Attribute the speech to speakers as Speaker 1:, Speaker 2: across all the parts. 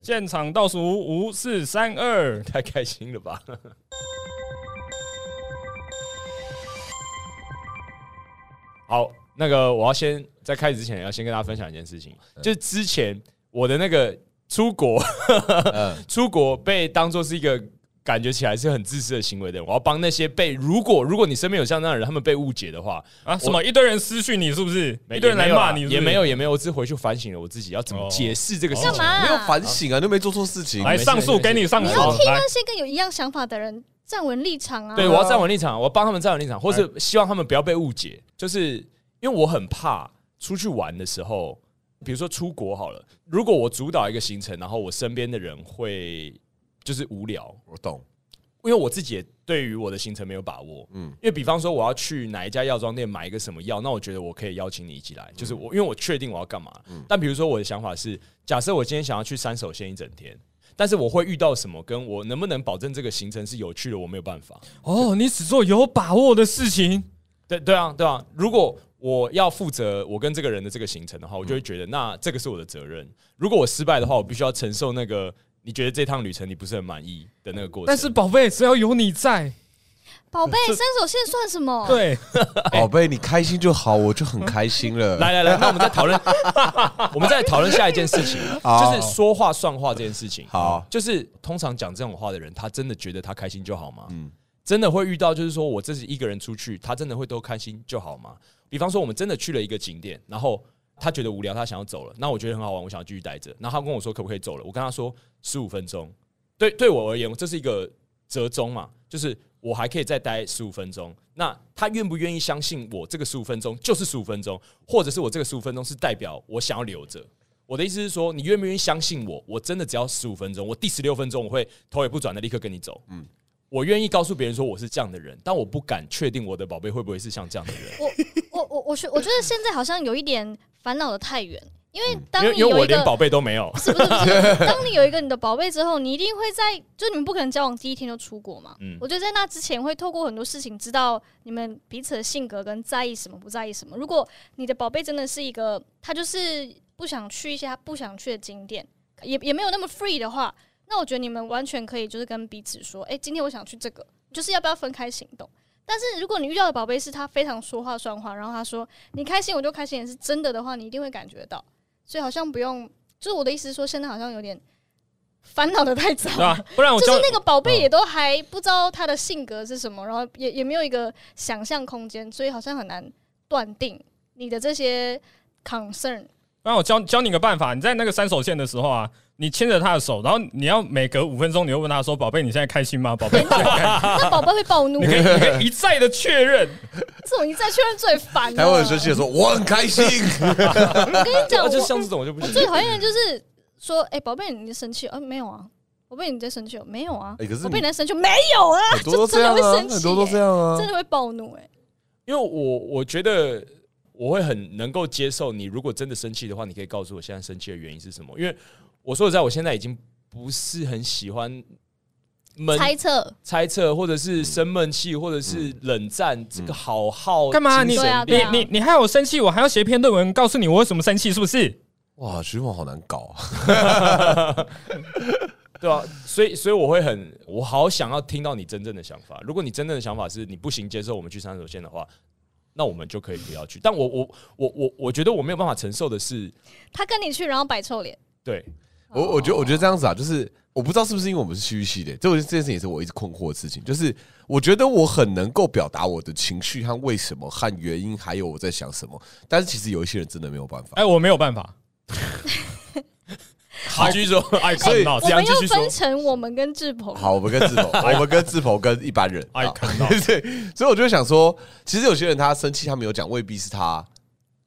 Speaker 1: 现场倒数五四三二，
Speaker 2: 太开心了吧！ 好，那个我要先在开始之前，要先跟大家分享一件事情，
Speaker 1: 嗯
Speaker 2: 就是之前我的那个出国，
Speaker 3: 嗯，
Speaker 2: 出国被当做是一个感觉起来是很自私的行为的人，我要帮那些被如果如果你身边有像那样的人，他们被误解的话，
Speaker 1: 啊，什么一堆人私讯你是不是？哦
Speaker 2: 没
Speaker 1: 一堆人来骂你
Speaker 2: 也没
Speaker 1: 有
Speaker 2: 有也没有，我只是回去反省了我自己，要怎么解释这个事情。
Speaker 4: 干嘛啊？
Speaker 3: 没有反省啊，都没做错事情
Speaker 1: 啊。来
Speaker 2: 没事
Speaker 1: 上诉，
Speaker 2: 没事
Speaker 1: 给你上
Speaker 2: 没
Speaker 1: 诉
Speaker 2: 事
Speaker 4: 你要啊替
Speaker 1: 来
Speaker 4: 那。些跟有一样想法的人站稳立场啊！
Speaker 2: 哦对，我要站稳立场，我要帮他们站稳立场，或是希望他们不要被误解，就是因为我很怕出去玩的时候，比如说出国好了，如果我主导一个行程，然后我身边的人会就是无聊，
Speaker 3: 我懂，
Speaker 2: 因为我自己也对于我的行程没有把握，嗯，因为比方说我要去哪一家药妆店买一个什么药，那我觉得我可以邀请你一起来，就是我因为我确定我要干嘛。但比如说我的想法是，假设我今天想要去三手线一整天，但是我会遇到什么，跟我能不能保证这个行程是有趣的，我没有办法。
Speaker 1: 哦，你只做有把握的事情。
Speaker 2: 对对啊，对啊。如果我要负责我跟这个人的这个行程的话，我就会觉得、
Speaker 1: 嗯
Speaker 2: 那这个是我的责任。如果我失败的话，我必须要承受那个你觉得这趟旅程你不是很满意的那个过程。
Speaker 1: 但是宝贝，只要有你在，
Speaker 4: 宝贝，三手线算什么？
Speaker 1: 对，
Speaker 3: 宝贝，你开心就好，我就很开心了。
Speaker 2: 来来来，那我们再讨论， 我们再讨论下一件事情，
Speaker 3: 好
Speaker 2: 就是说话算话这件事情。
Speaker 3: 哦好
Speaker 2: 就是通常讲这种话的人，他真的觉得他开心就好吗？真的会遇到，就是说我自己一个人出去，他真的会都开心就好吗？比方说，我们真的去了一个景点，然后他觉得无聊，他想要走了，那我觉得很好玩，我想要继续待着，然后他跟我说可不可以走了？我跟他说十五分钟，对对我而言，这是一个折中嘛，就是我还可以再待十五分钟。那他愿不愿意相信我这个十五分钟就是十五分钟，或者是我这个十五分钟是代表我想要留着？我的意思是说，你愿不愿意相信我？我真的只要十五分钟，我第十六分钟我会头也不转的立刻跟你走。嗯，我愿意告诉别人说我是这样的人，但我不敢确定我的宝贝会不会是像这样的人。
Speaker 4: 我我我觉我觉得现在好像有一点烦恼的太远，因为当
Speaker 2: 嗯因为
Speaker 4: 你
Speaker 2: 因为
Speaker 4: 有
Speaker 2: 我
Speaker 4: 一个
Speaker 2: 连宝贝都没有。
Speaker 4: 是不是不是？当你有一个你的宝贝之后，你一定会在，就你们不可能交往第一天就出国嘛。
Speaker 2: 嗯
Speaker 4: 我觉得在那之前会透过很多事情知道你们彼此的性格跟在意什么不在意什么。如果你的宝贝真的是一个，他就是不想去一些他不想去的景点，也也没有那么 free 的话，那我觉得你们完全可以就是跟彼此说，哎、今天我想去这个，就是要不要分开行动。但是如果你遇到的宝贝是他非常说话算话，然后他说你开心我就开心，也是真的的话，你一定会感觉到。所以好像不用就是我的意思是说，现在好像有点烦恼的太早
Speaker 1: 对
Speaker 4: 了。
Speaker 1: 吧？不然我
Speaker 4: 就
Speaker 1: 哦教嗯
Speaker 4: 是那个宝贝也都还不知道他的性格是什么，然后也也没有一个想象空间，所以好像很难断定你的这些 concern。
Speaker 1: 那我教教你个办法，你在那个三手线的时候啊，你牵着他的手，然后你要每隔五分钟，你会问他说：“宝贝，你现在开心吗？”宝贝，
Speaker 4: 那宝贝会暴怒
Speaker 1: 你，可以你可以一再的确认，
Speaker 4: 这种一再确认最烦了。
Speaker 3: 台湾人生
Speaker 4: 我
Speaker 3: 气的说：“我很开 心。
Speaker 4: 跟你 讲，
Speaker 2: 啊就
Speaker 4: 我
Speaker 2: 像这种我就不
Speaker 4: 我
Speaker 2: 行。
Speaker 4: 最讨厌的就是说，哎，宝贝，你生气？呃，没有啊。宝贝，你在生气哦？没有啊。
Speaker 3: 哎可是
Speaker 4: 宝
Speaker 3: 你
Speaker 4: 贝，你在生气哦？没有啊。”
Speaker 3: 很多都这样
Speaker 4: 就真的
Speaker 3: 啊，
Speaker 4: 会生气
Speaker 3: 很多都这样啊
Speaker 1: 嗯
Speaker 4: 真。的会暴怒哎、
Speaker 2: 因为我我觉得我会很能够接受你，如果真的生气的话，你可以告诉我现在生气的原因是什么。因为我说实在，我现在已经不是很喜欢闷
Speaker 4: 猜测
Speaker 2: 猜测，或者是生闷气，或者是冷战，这个好耗
Speaker 1: 干嘛？
Speaker 2: 精
Speaker 1: 你
Speaker 2: 神
Speaker 4: 对啊
Speaker 1: 你
Speaker 4: 对啊
Speaker 1: 你你害我生气，我还要写一篇论文告诉你我为什么生气，是不是？
Speaker 3: 哇，徐梦好难搞啊！
Speaker 2: 对啊，所以所以我会很，我好想要听到你真正的想法。如果你真正的想法是你不行接受我们去三手线的话，那我们就可以不要去。但我我我我我觉得我没有办法承受的是，
Speaker 4: 他跟你去，然后摆臭脸。
Speaker 2: 对，
Speaker 4: 哦
Speaker 3: 我我觉得我觉得这样子啊，就是我不知道是不是因为我们是戏剧系的，这我这件事情也是我一直困惑的事情。就是我觉得我很能够表达我的情绪和为什么和原因，还有我在想什么，但是其实有一些人真的没有办法。
Speaker 1: 哎，我没有办法。
Speaker 2: 好，继续说，
Speaker 1: 哎，
Speaker 3: 所
Speaker 1: 看
Speaker 3: 以
Speaker 1: 到
Speaker 4: 我
Speaker 1: 这样
Speaker 4: 们
Speaker 1: 继
Speaker 4: 要
Speaker 1: 续说
Speaker 4: 分，成我们跟志鹏，
Speaker 3: 好，我们跟 志鹏，我们跟志鹏跟一般人，
Speaker 1: 哎
Speaker 3: 啊
Speaker 1: 看到
Speaker 3: 对，所以我就会想说，其实有些人他生气，他没有讲，未必是他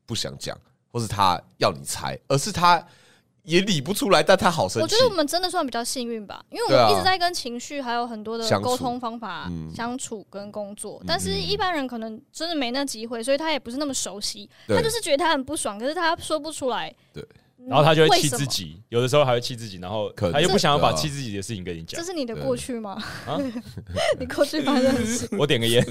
Speaker 3: 不想讲，或是他要你猜，而是他也理不出来，但他好生
Speaker 4: 我
Speaker 3: 气
Speaker 4: 觉。得我们真的算比较幸运吧，因为我
Speaker 3: 对啊
Speaker 4: 们一直在跟情绪还有很多的
Speaker 3: 相处
Speaker 4: 沟通方法
Speaker 3: 嗯
Speaker 4: 相处跟工作，但是一般人可能真的没那机会，所以他也不是那么熟悉，
Speaker 3: 对
Speaker 4: 他就是觉得他很不爽，可是他说不出来。
Speaker 3: 对
Speaker 4: 嗯，
Speaker 2: 然后他就会
Speaker 4: 为
Speaker 2: 气
Speaker 4: 什
Speaker 2: 自
Speaker 4: 么，
Speaker 2: 己，有的时候还会气自己，然后
Speaker 3: 可能
Speaker 2: 他又不想要把
Speaker 3: 对啊
Speaker 2: 气自己的事情跟你讲
Speaker 4: 这。是你的
Speaker 3: 对
Speaker 4: 过去吗？
Speaker 2: 啊
Speaker 4: 你过去发生的事，
Speaker 2: 我点个烟，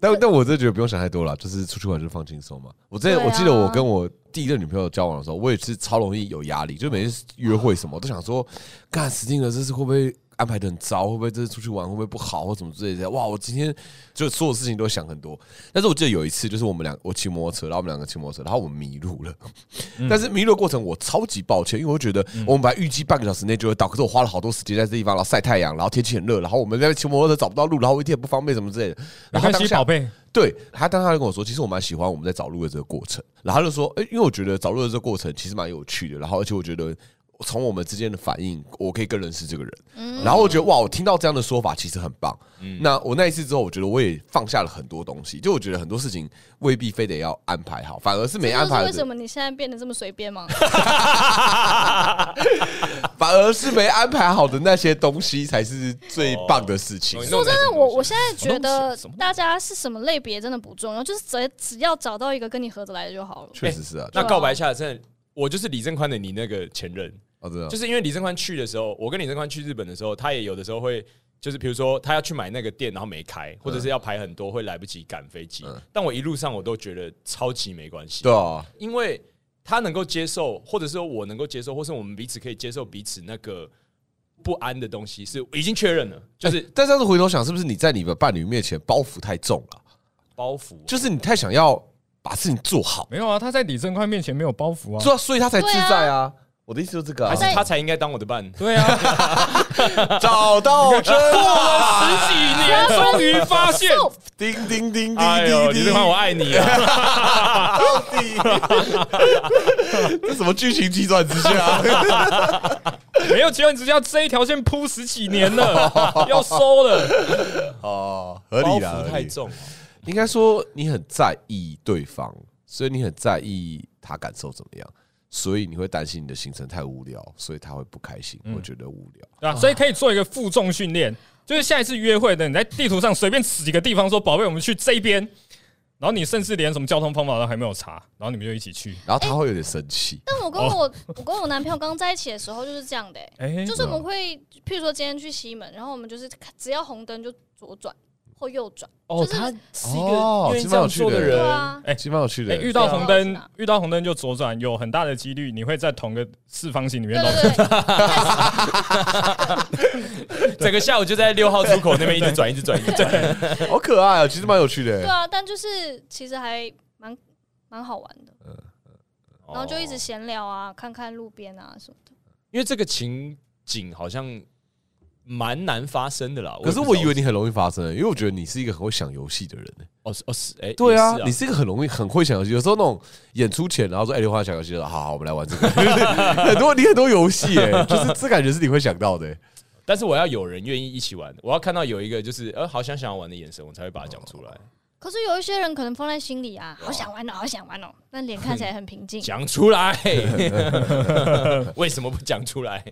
Speaker 3: 但但我真的觉得不用想太多了，就是出去玩就放轻松嘛。我之前、
Speaker 4: 对啊
Speaker 3: 我记得我跟我第一任女朋友交往的时候，我也是超容易有压力，就每次约会什么我都想说，干死定了，这次会不会安排的很糟？会不会这次出去玩会不会不好或怎么之类的？哇，我今天就所有事情都想很多。但是我记得有一次，就是我们俩我骑摩托车，然后我们两个骑摩托车，然后我们迷路了。
Speaker 1: 嗯
Speaker 3: 但是迷路的过程我超级抱歉，因为我觉得我们本来预计半个小时内就会到，可是我花了好多时间在这地方，然后晒太阳，然后天气很热，然后我们在那边骑摩托车找不到路，然后我一天也不方便什么之类的。
Speaker 1: 没
Speaker 3: 然后
Speaker 1: 关
Speaker 3: 当
Speaker 1: 系，
Speaker 3: 下
Speaker 1: 宝贝，
Speaker 3: 对他，当时他就跟我说，其实我蛮喜欢我们在找路的这个过程。然后他就说，哎、因为我觉得找路的这个过程其实蛮有趣的，然后而且我觉得从我们之间的反应，我可以更认识这个人。
Speaker 4: 嗯
Speaker 3: 然后我觉得哇，我听到这样的说法其实很棒。
Speaker 2: 嗯
Speaker 3: 那我那一次之后，我觉得我也放下了很多东西，就我觉得很多事情未必非得要安排好，反而是 没
Speaker 4: 这
Speaker 3: 安
Speaker 4: 就是
Speaker 3: 排
Speaker 4: 为
Speaker 3: 的
Speaker 4: 什，么你现在变得这么随 便吗？
Speaker 3: 反而是没安排好的那些东西才是最棒的事情。
Speaker 2: 哦说真
Speaker 4: 但我我现在觉
Speaker 2: 什么
Speaker 4: 得
Speaker 2: 东西什么
Speaker 4: 大家是什么类别真的不重要，就是只只要找到一个跟你合得来的就好了。
Speaker 3: 确实是啊，
Speaker 2: 那告白一下，真的，我就是李正宽的你那个前任，
Speaker 3: 哦，真的啊
Speaker 2: 就是因为李正宽去的时候，我跟李正宽去日本的时候，他也有的时候会。就是比如说，他要去买那个店，然后没开，或者
Speaker 3: 嗯
Speaker 2: 是要排很多，会来不及赶飞机。但我一路上我都觉得超级没关系，
Speaker 3: 对啊，
Speaker 2: 因为他能够接受，或者说我能够接受，或是我们彼此可以接受彼此那个不安的东西，是已经确认了，就是
Speaker 3: 欸但这样子回头想，是不是你在你的伴侣面前包袱太重了？
Speaker 2: 包袱。啊
Speaker 3: 就是你太想要把事情做好，
Speaker 1: 没有啊，他在李正宽面前没有包袱啊。
Speaker 3: 所以所以他才自在啊。我的意思就是这个、
Speaker 2: 哦还
Speaker 3: 啊
Speaker 2: 是，他才应该当我的伴，
Speaker 1: 对啊，
Speaker 3: 找到
Speaker 1: 十
Speaker 3: 真我，
Speaker 1: 几年终于发现，
Speaker 3: 叮叮叮叮
Speaker 2: 哎呦，
Speaker 3: 叮
Speaker 2: 李正宽，我
Speaker 3: 叮，
Speaker 2: 爱你啊！
Speaker 3: 这什么剧情急转直 下？
Speaker 1: 没有结婚之家这一条线铺十几年 了，要收了。
Speaker 3: 哦，合
Speaker 2: 包
Speaker 3: 理啦，
Speaker 2: 袱
Speaker 3: 合
Speaker 2: 太
Speaker 3: 理
Speaker 2: 重了，
Speaker 3: 应该说你很在意对方，所以你很在意他感受怎么样，所以你会担心你的行程太无聊，所以他会不开心，
Speaker 2: 嗯
Speaker 3: 会觉得无聊。
Speaker 1: 对啊，所以可以做一个负重训练，就是下一次约会的，你在地图上随便指一个地方说：“宝贝，我们去这边。”然后你甚至连什么交通方法都还没有查，然后你们就一起去。
Speaker 3: 然后他会有点生气，
Speaker 4: 但我跟我、
Speaker 2: 哦
Speaker 4: 我跟我男朋友刚在一起的时候就是这样的、欸，
Speaker 1: 哎、
Speaker 4: 就是我们会，譬如说今天去西门，然后我们就是看只要红灯就左转或右转，
Speaker 2: 哦，
Speaker 4: 就是
Speaker 2: 他是一
Speaker 3: 哦
Speaker 2: 个愿意
Speaker 3: 其实
Speaker 2: 这
Speaker 3: 蛮有
Speaker 2: 样
Speaker 3: 趣
Speaker 2: 做的
Speaker 3: 的
Speaker 4: 对
Speaker 2: 人，
Speaker 4: 啊，
Speaker 1: 哎
Speaker 3: 其实蛮有趣的
Speaker 1: 哎、。遇到红
Speaker 4: 是
Speaker 1: 灯
Speaker 4: 啊，
Speaker 1: 遇到红灯就左转，有很大的几率你会在同个四方形里
Speaker 4: 对
Speaker 1: 面
Speaker 4: 对
Speaker 1: 绕。
Speaker 4: 对，
Speaker 2: 整个下午就在六号出口那边一直转，一直转，一直转。
Speaker 3: 好可爱啊，其实蛮有趣的。
Speaker 4: 对啊，但就是其实还蛮蛮好玩的， 然后就
Speaker 2: 哦
Speaker 4: 一直闲聊啊，看看路边啊什么的。
Speaker 2: 因为这个情景好像蛮难发生的啦。
Speaker 3: 可是我以为
Speaker 2: 你
Speaker 3: 你很容易发生、因为我觉得你是一个很会想游戏的人、
Speaker 2: 哦是哦是哎，
Speaker 3: 对啊
Speaker 2: 也，
Speaker 3: 你
Speaker 2: 是
Speaker 3: 是一个很容易很会想游戏，有时候那种演出前，然后说：“哎、你换想游戏了，好好，我们来玩 这个。”很多你很多游戏哎，就是这感觉是你会想到的、欸。
Speaker 2: 但是我要有人愿意一起玩，我要看到有一个就是呃好想想要玩的眼神，我才会把它讲出来。
Speaker 3: 哦
Speaker 4: 可是有一些人可能放在心里啊，好想玩哦，好想玩哦，但脸看起来很平静。
Speaker 2: 讲出 来，为什么不讲出来？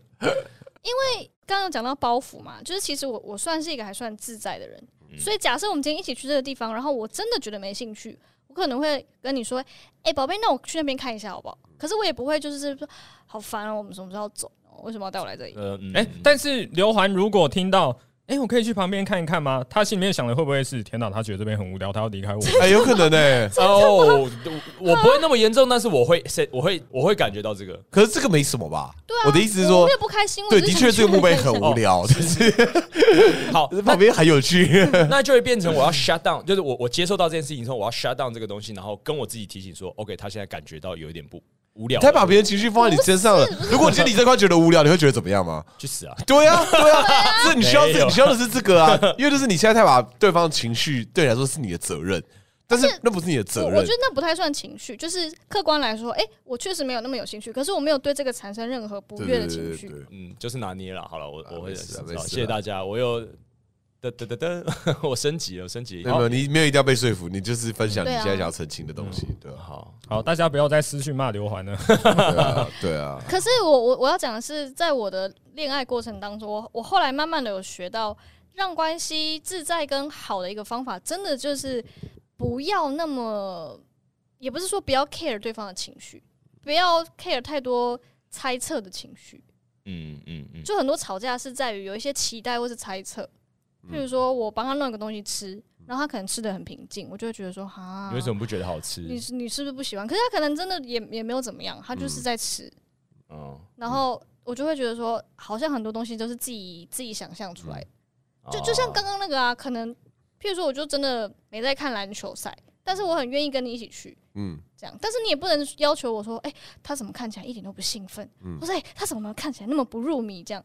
Speaker 4: 刚刚有讲到包袱嘛，就是其实我我算是一个还算自在的人，
Speaker 3: 嗯
Speaker 4: 所以假设我们今天一起去这个地方，然后我真的觉得没兴趣，我可能会跟你说，哎、宝贝，那我去那边看一下好不好？
Speaker 3: 嗯
Speaker 4: 可是我也不会就是说好烦哦，我们什么时候要走？为什么要带我来这里？
Speaker 2: 呃，嗯
Speaker 1: 哎、但是刘环如果听到，哎、我可以去旁边看一看吗？他心里面想的会不会是：天哪，他觉得这边很无聊，他要离开我。
Speaker 3: 哎、有可能 哎、
Speaker 2: 哦，我不会那么严重，但是我会，我会，我会感觉到这个。
Speaker 3: 可是这个没什么吧？
Speaker 4: 对啊，
Speaker 3: 我的意思是说
Speaker 4: 我，也不开心。我
Speaker 3: 对，
Speaker 4: 只
Speaker 3: 的
Speaker 4: 是
Speaker 3: 确
Speaker 4: 想
Speaker 3: 这个
Speaker 4: 去
Speaker 3: 墓碑
Speaker 4: 看一
Speaker 3: 很
Speaker 4: 下
Speaker 3: 无聊， 就是
Speaker 2: 好，
Speaker 3: 旁边很有 趣。
Speaker 2: 那就会变成我要 shut down，就是我我接受到这件事情之后，我要 shut down 这个东西，然后跟我自己提醒说，OK，他现在感觉到有一点不无聊了，
Speaker 3: 太把别人情绪放在你身上了。如果今天你这块觉得无聊，你会觉得怎么样吗？
Speaker 2: 去死啊！
Speaker 3: 对啊，对啊，这你需要
Speaker 2: 没有
Speaker 3: 你需要的是这个啊，因为就是你现在太把对方情绪对你来说是你的责任，但是
Speaker 4: 而且
Speaker 3: 那不是你的责
Speaker 4: 我我
Speaker 3: 任
Speaker 4: 觉得。那不太算情绪，就是客观来说，哎、我确实没有那么有兴趣，可是我没有对这个产生任何不
Speaker 3: 对
Speaker 4: 悦的
Speaker 3: 对
Speaker 4: 情
Speaker 3: 对
Speaker 4: 绪
Speaker 3: 对。对，
Speaker 2: 嗯，就是拿捏了。好了，我我会
Speaker 3: 没事啊
Speaker 2: 知
Speaker 3: 没
Speaker 2: 道
Speaker 3: 事啊
Speaker 2: 谢谢大家，我又噔噔噔噔， 我升级了，我升级了。
Speaker 3: 没
Speaker 1: 哦
Speaker 3: 有没
Speaker 2: 好
Speaker 3: 有，你没有一定要被说服，你就是分享你
Speaker 4: 对啊
Speaker 3: 现在想要澄清的东西，对 吧？
Speaker 2: 好，
Speaker 1: 好，大家不要再私讯骂刘环了。
Speaker 3: 对啊，对啊，
Speaker 4: 可是我我我要讲的是，在我的恋爱过程当中，我我后来慢慢的有学到，让关系自在跟好的一个方法，真的就是不要那么，也不是说不要 care 对方的情绪，不要 care 太多猜测的情绪。
Speaker 2: 嗯嗯嗯，
Speaker 4: 就很多吵架是在于有一些期待或是猜测，譬如说我帮他弄一个东西吃，然后他可能吃的很平静，我就会觉得说哈，
Speaker 2: 你为什么不觉得好吃？
Speaker 4: 啊你是你是不是不喜欢？可是他可能真的也也没有怎么样，他就是在吃，
Speaker 2: 嗯，
Speaker 4: 然后我就会觉得说，好像很多东西都是自己自己想象出来的。
Speaker 3: 嗯
Speaker 2: 哦
Speaker 4: 就就
Speaker 3: 哦
Speaker 4: 像刚刚那个啊，可能譬如说，我就真的没在看篮球赛，但是我很愿意跟你一起去。
Speaker 3: 嗯，
Speaker 4: 这样，但是你也不能要求我说，哎、他怎么看起来一点都不兴奋，
Speaker 3: 嗯
Speaker 4: 或者、哎他怎么看起来那么不入迷？这样，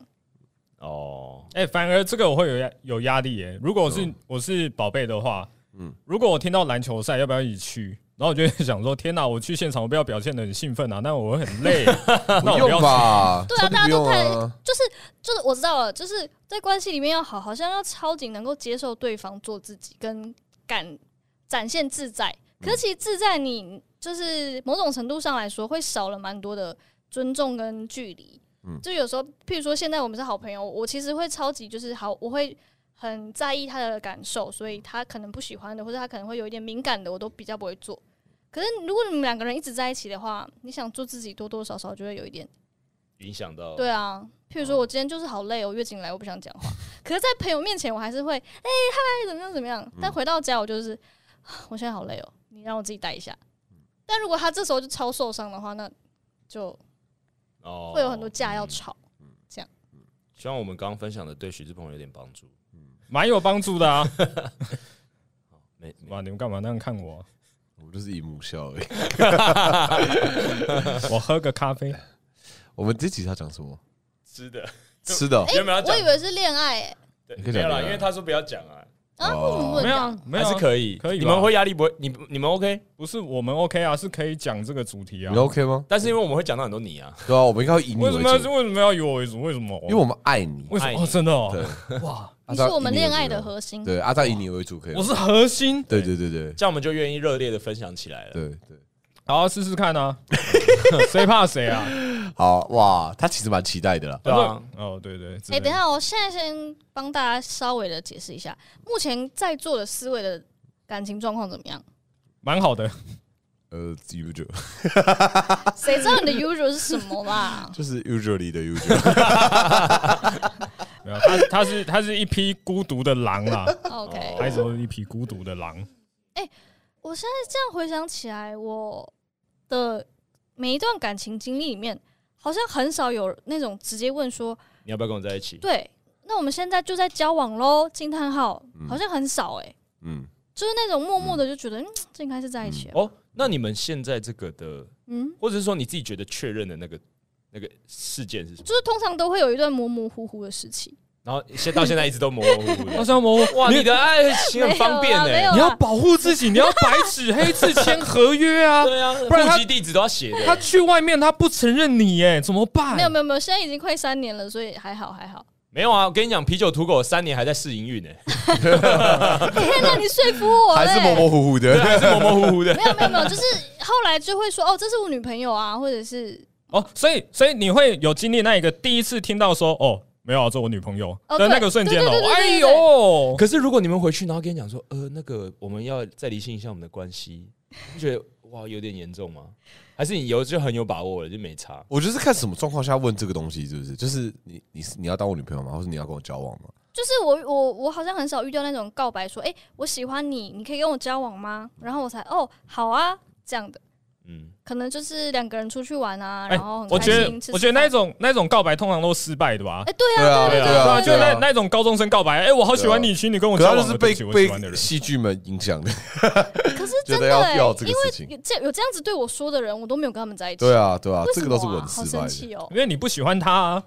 Speaker 2: 哦，
Speaker 1: 哎、反而这个我会有压有压力耶、如果我是、我是宝贝的话，
Speaker 3: 嗯
Speaker 1: 嗯，如果我听到篮球赛，要不要一起去？然后我就会想说，天哪、我去现场，我不要表现的很兴奋啊，那我会很累。 那
Speaker 3: 不
Speaker 1: 我不要
Speaker 3: 用
Speaker 1: 去。
Speaker 3: 吧？
Speaker 4: 对啊
Speaker 3: 真的不用
Speaker 4: 大家
Speaker 3: 啊。
Speaker 4: 就是就是我知道了，就是在关系里面要好，好像要超级能够接受对方做自己，跟敢展现自在。可是其实自在你，就是某种程度上来说，会少了蛮多的尊重跟距离。
Speaker 3: 嗯
Speaker 4: 就有时候，譬如说现在我们是好朋友，我其实会超级就是好，我会很在意他的感受，所以他可能不喜欢的，或者他可能会有一点敏感的，我都比较不会做。可是如果你们两个人一直在一起的话，你想做自己，多多少少就会有一点
Speaker 2: 影响到
Speaker 4: 对啊，譬如说我今天就是好累哦，我月经来，我不想讲话。 可是，在朋友面前，我还是会哎、嗨怎么样怎么样。但回到家，我就是啊我现在好累哦，你让我自己待一下。但如果他这时候就超受伤的话，那就
Speaker 2: 哦
Speaker 4: 会有很多架要吵。
Speaker 2: 希望我们刚刚分享的对徐志鹏有点帮助。
Speaker 1: 蛮有帮助的啊！
Speaker 2: 没没
Speaker 1: 哇，你们干嘛那样看我？
Speaker 3: 我就是以母笑而已。
Speaker 1: 我喝个咖啡。
Speaker 3: 我们这集要讲什么？
Speaker 2: 吃的，
Speaker 3: 吃
Speaker 1: 哎
Speaker 3: 的哦
Speaker 2: 原本要讲
Speaker 4: 哎我以为是恋爱、哎
Speaker 2: 对
Speaker 3: 你可以
Speaker 2: 没有
Speaker 3: 讲
Speaker 2: 啦，
Speaker 3: 这个
Speaker 2: 因为他说不要讲啊，
Speaker 4: 啊，为什么不
Speaker 1: 没
Speaker 4: 能
Speaker 1: 有啊
Speaker 4: 讲？，
Speaker 1: 没有啊、
Speaker 2: 还是可以，
Speaker 1: 可以吧
Speaker 2: 你们会压力不会？你你们 OK？
Speaker 1: 不是我们 OK 啊，是可以讲这个主题啊
Speaker 3: 你。OK 吗？
Speaker 2: 但是因为我们会讲到很多你啊，
Speaker 3: 对啊，我们应该要以你
Speaker 1: 为
Speaker 3: 为
Speaker 1: 什么要
Speaker 3: 主，
Speaker 1: 为什么要以我为主？为什么？
Speaker 3: 因为我们爱你。
Speaker 1: 为什
Speaker 2: 爱
Speaker 1: 么、
Speaker 2: 你
Speaker 1: 哦、真的
Speaker 3: 对
Speaker 1: 哦？，
Speaker 2: 哇，
Speaker 3: 阿
Speaker 4: 你
Speaker 3: 扎
Speaker 4: 是我们恋爱
Speaker 3: 以
Speaker 4: 的
Speaker 3: 你为
Speaker 4: 核心
Speaker 3: 主。对，阿啊扎以你为主可以吗
Speaker 1: 我。是核心，
Speaker 3: 对对对对
Speaker 2: 这样我们就愿意热烈的分享起来了。
Speaker 3: 对对。
Speaker 1: 好啊试试看 啊，谁怕谁啊？
Speaker 3: 好哇，他其实蛮期待的啦。
Speaker 2: 对啊，
Speaker 1: 哦对对，之
Speaker 4: 哎、
Speaker 1: 类的
Speaker 4: 等一下，我现在先帮大家稍微的解释一下，目前在座的四位的感情状况怎么样？
Speaker 1: 蛮好的，
Speaker 3: 呃，usual
Speaker 4: 谁知道你的 usual 是什么啦？
Speaker 3: 就是 usually 的 usual。
Speaker 1: 没有他他是他是一匹孤独的狼啦，
Speaker 4: OK，、
Speaker 2: 哦
Speaker 1: 开始都是一匹孤独的狼。
Speaker 4: 我现在这样回想起来，我的每一段感情经历里面，好像很少有那种直接问说，
Speaker 2: 你要不要跟我在一起？
Speaker 4: 对，那我们现在就在交往喽？惊叹号，好像很少哎、
Speaker 3: 嗯，
Speaker 4: 就是那种默默的就觉得，嗯，这应该是在一起了，
Speaker 2: 哦，那你们现在这个的，
Speaker 4: 嗯，
Speaker 2: 或者是说你自己觉得确认的那个那个事件是什么？
Speaker 4: 就是通常都会有一段模模糊糊的时期。
Speaker 2: 然后现到现在一直都模模糊糊
Speaker 1: 那
Speaker 2: 的。
Speaker 1: 像我
Speaker 2: 哇，你
Speaker 1: 你
Speaker 2: 的爱情很方便欸
Speaker 4: 没有
Speaker 2: 呢
Speaker 4: 啊。
Speaker 1: 你要保护自己，你要白纸黑字签合约啊，
Speaker 2: 对啊，
Speaker 1: 不然他
Speaker 2: 户籍地址都要写
Speaker 1: 他
Speaker 2: 的。
Speaker 1: 去外面他不承认你，哎，怎么办？
Speaker 4: 没有没有没有，现在已经快三年了，所以还好还好。
Speaker 2: 没有啊，我跟你讲，啤酒土狗三年还在试营运 呢，
Speaker 4: 天哪，你说服我
Speaker 3: 还
Speaker 4: 嘞、
Speaker 3: 是模模糊糊的。
Speaker 1: 啊
Speaker 2: 还是模模糊糊的。
Speaker 4: 没有没有没有，就是后来就会说，哦，这是我女朋友啊，或者是
Speaker 1: 哦，所以所以你会有经历那一个第一次听到说哦，没有啊，这我女朋友
Speaker 4: 哦
Speaker 1: 的
Speaker 4: 对
Speaker 1: 那个瞬间哦
Speaker 4: 对对，对对
Speaker 1: 哎
Speaker 4: 对对
Speaker 1: 呦，
Speaker 2: 可是如果你们回去，然后跟你讲说，呃，那个我们要再理清一下我们的关系，你觉得哇有点严重吗？还是你有就很有把握了，就没差？
Speaker 3: 我就是看什么状况下问这个东西，是不是？就是你你是你要当我女朋友吗？或者你要跟我交往吗？
Speaker 4: 就是我我我好像很少遇到那种告白说，哎、我喜欢你，你可以跟我交往吗？然后我才哦，好啊，这样的，
Speaker 2: 嗯，
Speaker 4: 可能就是两个人出去玩啊，
Speaker 1: 哎
Speaker 4: 然后，很
Speaker 1: 我
Speaker 4: 开心
Speaker 1: 觉得
Speaker 4: 吃吃
Speaker 1: 我觉得那
Speaker 4: 饭
Speaker 1: 种那种告白通常都失败的吧。
Speaker 4: 哎、对
Speaker 3: 对啊
Speaker 4: 啊，对
Speaker 3: 对啊
Speaker 1: 啊，就
Speaker 3: 对
Speaker 1: 那那种高中生告白，哎，我好喜欢
Speaker 3: 对啊
Speaker 1: 你，请你跟我
Speaker 3: 可
Speaker 1: 交
Speaker 3: 他就
Speaker 1: 往
Speaker 3: 是
Speaker 1: 了，
Speaker 3: 被
Speaker 1: 对不起我喜欢的
Speaker 3: 被
Speaker 1: 人。
Speaker 3: 戏剧们影响的，
Speaker 4: 可是
Speaker 3: 觉
Speaker 4: 真
Speaker 3: 得
Speaker 4: 的、
Speaker 3: 要
Speaker 4: 哎，
Speaker 3: 要这个
Speaker 4: 因
Speaker 3: 事情。
Speaker 4: 为有这有这样子对我说的人，我都没有跟他们在一起。
Speaker 3: 对啊，对啊，
Speaker 4: 为
Speaker 3: 这
Speaker 4: 什
Speaker 3: 个
Speaker 4: 么啊、
Speaker 3: 都是我很失
Speaker 4: 好
Speaker 3: 败
Speaker 4: 生
Speaker 3: 的
Speaker 4: 气哦。
Speaker 1: 因为你不喜欢他、啊，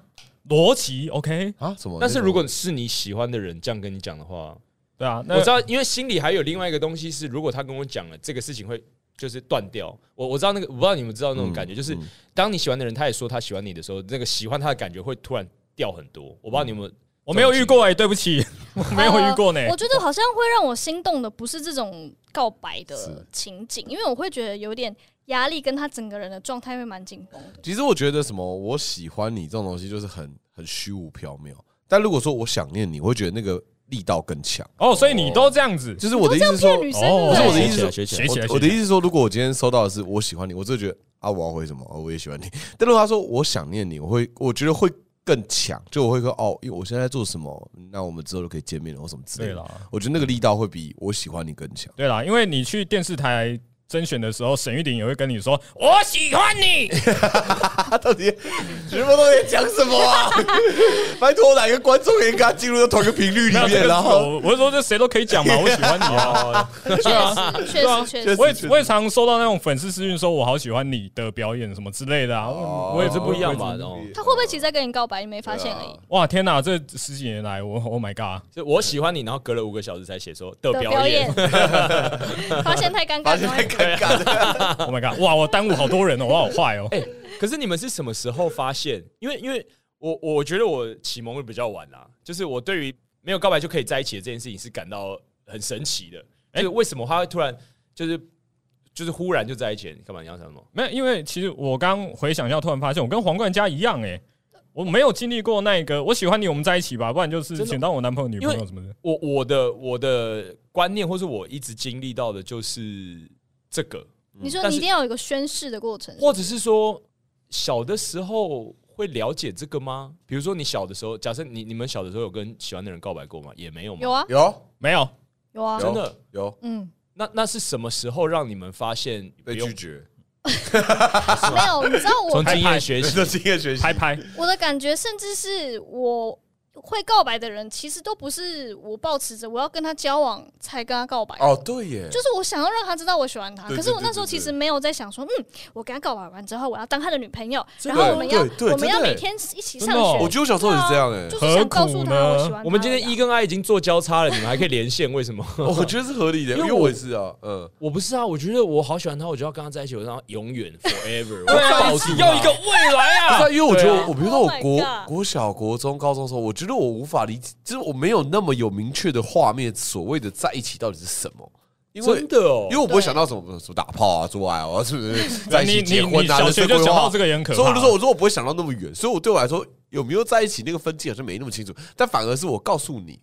Speaker 1: 逻辑 OK，
Speaker 3: 啊！什么？
Speaker 2: 但是如果是你喜欢的人这样跟你讲的话，
Speaker 1: 对啊，那
Speaker 2: 我知道，因为心里还有另外一个东西是，如果他跟我讲了这个事情会就是断掉。我我知道那个，我不知道你们知道那种感觉，
Speaker 3: 嗯
Speaker 2: 就是
Speaker 3: 嗯
Speaker 2: 当你喜欢的人他也说他喜欢你的时候，那个喜欢他的感觉会突然掉很多。我不知道你们
Speaker 1: 我没有遇过哎、对不起，
Speaker 4: 哦
Speaker 1: 我 没有遇过呢、
Speaker 4: 呃我觉得好像会让我心动的不是这种告白
Speaker 3: 是
Speaker 4: 的情景，因为我会觉得有点压力，跟他整个人的状态会蛮紧 绷的。
Speaker 3: 其实我觉得什么，我喜欢你这种东西就是很很虚无缥缈。但如果说我想念你，我会觉得那个力道更强。
Speaker 1: 哦，所以你都这样子，
Speaker 3: 就是我的意思是说，
Speaker 4: 骗女生
Speaker 1: 哦
Speaker 4: 对
Speaker 3: 不是
Speaker 4: 对
Speaker 3: 我的意思是
Speaker 2: 学起来
Speaker 3: 说，
Speaker 1: 来学起
Speaker 2: 学起
Speaker 1: 来
Speaker 3: 我我的意思是说，如果我今天收到的是 我喜欢你，我就觉得啊，我要回什么？哦我也喜欢你。但如果他说我想念你，我会，我觉得会更强，就我会说哦，因为我现在在做什么，那我们之后就可以见面了或什么之类
Speaker 1: 对
Speaker 3: 的。
Speaker 1: 啦，
Speaker 3: 我觉得那个力道会比我喜欢你更强。
Speaker 1: 对啦，因为你去电视台甄选的时候，沈玉鼎也会跟你说“我喜欢你
Speaker 3: 他到底直播到底在讲什么啊？ 拜托，哪个观众也跟他进入到同一个频
Speaker 1: 没
Speaker 3: 率”，里
Speaker 1: 有这个
Speaker 3: 面？
Speaker 1: 是
Speaker 3: 然后，哦
Speaker 1: 我我是说这谁都可以讲嘛，我喜欢你 啊。
Speaker 4: 确实，确
Speaker 1: 啊
Speaker 4: 实，确实，
Speaker 1: 我也我也常收到那种粉丝私讯说我好喜欢你的表演什么之类的啊，
Speaker 3: 哦
Speaker 1: 我我也
Speaker 2: 这不一样吧？哦，
Speaker 4: 他会不会其实在跟你告白？你没发现而
Speaker 3: 啊
Speaker 4: 已。
Speaker 1: 哇天哪，这十几年来我 Oh my God，
Speaker 2: 就我喜欢你，然后隔了五个小时才写说的
Speaker 4: 的
Speaker 2: 表演，，
Speaker 4: 发现太尴尬
Speaker 3: 发现太
Speaker 4: 了。
Speaker 3: 尴尬了。
Speaker 1: Oh my god！哇，我耽误好多人哦，我好坏哦。
Speaker 2: 哎、 可是你们是什么时候发现？因为因为我我觉得我启蒙会比较晚啦、就是我对于没有告白就可以在一起的这件事情是感到很神奇的。哎、
Speaker 1: 哎
Speaker 2: 为什么他会突然就是就是忽然就在一起了？你干嘛？你要想什么？
Speaker 1: 没有，因为其实我刚回想一下，突然发现我跟黄冠佳一样哎、我没有经历过那个我喜欢你，我们在一起吧，不然就是
Speaker 2: 真的
Speaker 1: 请当我男朋友、女朋友什么的。
Speaker 2: 我我的我的观念，或是我一直经历到的就是这个，
Speaker 3: 嗯
Speaker 4: 你说
Speaker 2: 但
Speaker 4: 你
Speaker 2: 是
Speaker 4: 一定要有一个宣誓的过程，
Speaker 2: 或者是说小的时候会了解这个吗？比如说你小的时候，假设你你们小的时候有跟喜欢的人告白过吗？也没有吗？
Speaker 4: 有啊，
Speaker 3: 有
Speaker 1: 没有，
Speaker 4: 有啊，
Speaker 2: 真的。
Speaker 3: 有
Speaker 4: 嗯，
Speaker 2: 那那是什么时候让你们发现不
Speaker 3: 被
Speaker 2: 用
Speaker 3: 拒绝，啊
Speaker 4: 没有，你知道我
Speaker 2: 从经验学 习？
Speaker 3: 这是一个学习
Speaker 1: 拍拍，
Speaker 4: 我的感觉，甚至是我会告白的人，其实都不是我抱持着我要跟他交往才跟他告白。
Speaker 3: 哦，对耶，
Speaker 4: 就是我想要让他知道我喜欢他，
Speaker 3: 对
Speaker 4: 可是我
Speaker 3: 对对
Speaker 4: 那时候
Speaker 3: 对
Speaker 4: 其实
Speaker 3: 对
Speaker 4: 没有在想说，嗯，我跟他告白完之后，我要当他的女朋友，
Speaker 3: 真
Speaker 4: 然
Speaker 3: 的
Speaker 4: 后我们要
Speaker 3: 对对
Speaker 4: 我们要
Speaker 3: 真的
Speaker 4: 每天一起
Speaker 1: 真
Speaker 4: 上
Speaker 1: 的哦
Speaker 4: 学，啊
Speaker 3: 我觉得我小时候也是这样哎
Speaker 4: 就，是想告诉他我
Speaker 1: 何苦呢
Speaker 4: 喜欢他。
Speaker 2: 我们今天 一跟 I 已经做交叉了，你们还可以连线，为什么？
Speaker 3: 我觉得是合理的，
Speaker 2: 因
Speaker 3: 因
Speaker 2: 为
Speaker 3: 为
Speaker 2: 我
Speaker 3: 我也是啊，嗯，
Speaker 2: 我不是啊，我觉得我好喜欢他，我就要跟他在一起，我让他永远 forever，
Speaker 3: 对啊
Speaker 2: 我保住他
Speaker 1: 要一个未来
Speaker 3: 不是啊
Speaker 1: 啊！
Speaker 3: 因为我觉
Speaker 2: 对
Speaker 3: 得我，
Speaker 2: 啊
Speaker 3: 我比如说我
Speaker 4: Oh my
Speaker 3: 国
Speaker 4: God
Speaker 3: 国小、国中、高中的时候，我觉得我无法理解，就是我没有那么有明确的画面，所谓的在一起到底是什么？因为
Speaker 2: 真的哦
Speaker 3: 因为。我不会想到什么什么打炮啊、做爱啊，是不是在 一
Speaker 1: 你
Speaker 3: 起
Speaker 1: 你
Speaker 3: 结婚
Speaker 1: 你
Speaker 3: 啊？
Speaker 1: 小学就
Speaker 3: 规
Speaker 1: 想
Speaker 3: 划
Speaker 1: 到
Speaker 3: 啊
Speaker 1: 这个也很可怕。
Speaker 3: 所以我就说，我说我不会想到那么远，所以我对我来说有没有在一起那个分界好像没那么清楚，但反而是我告诉你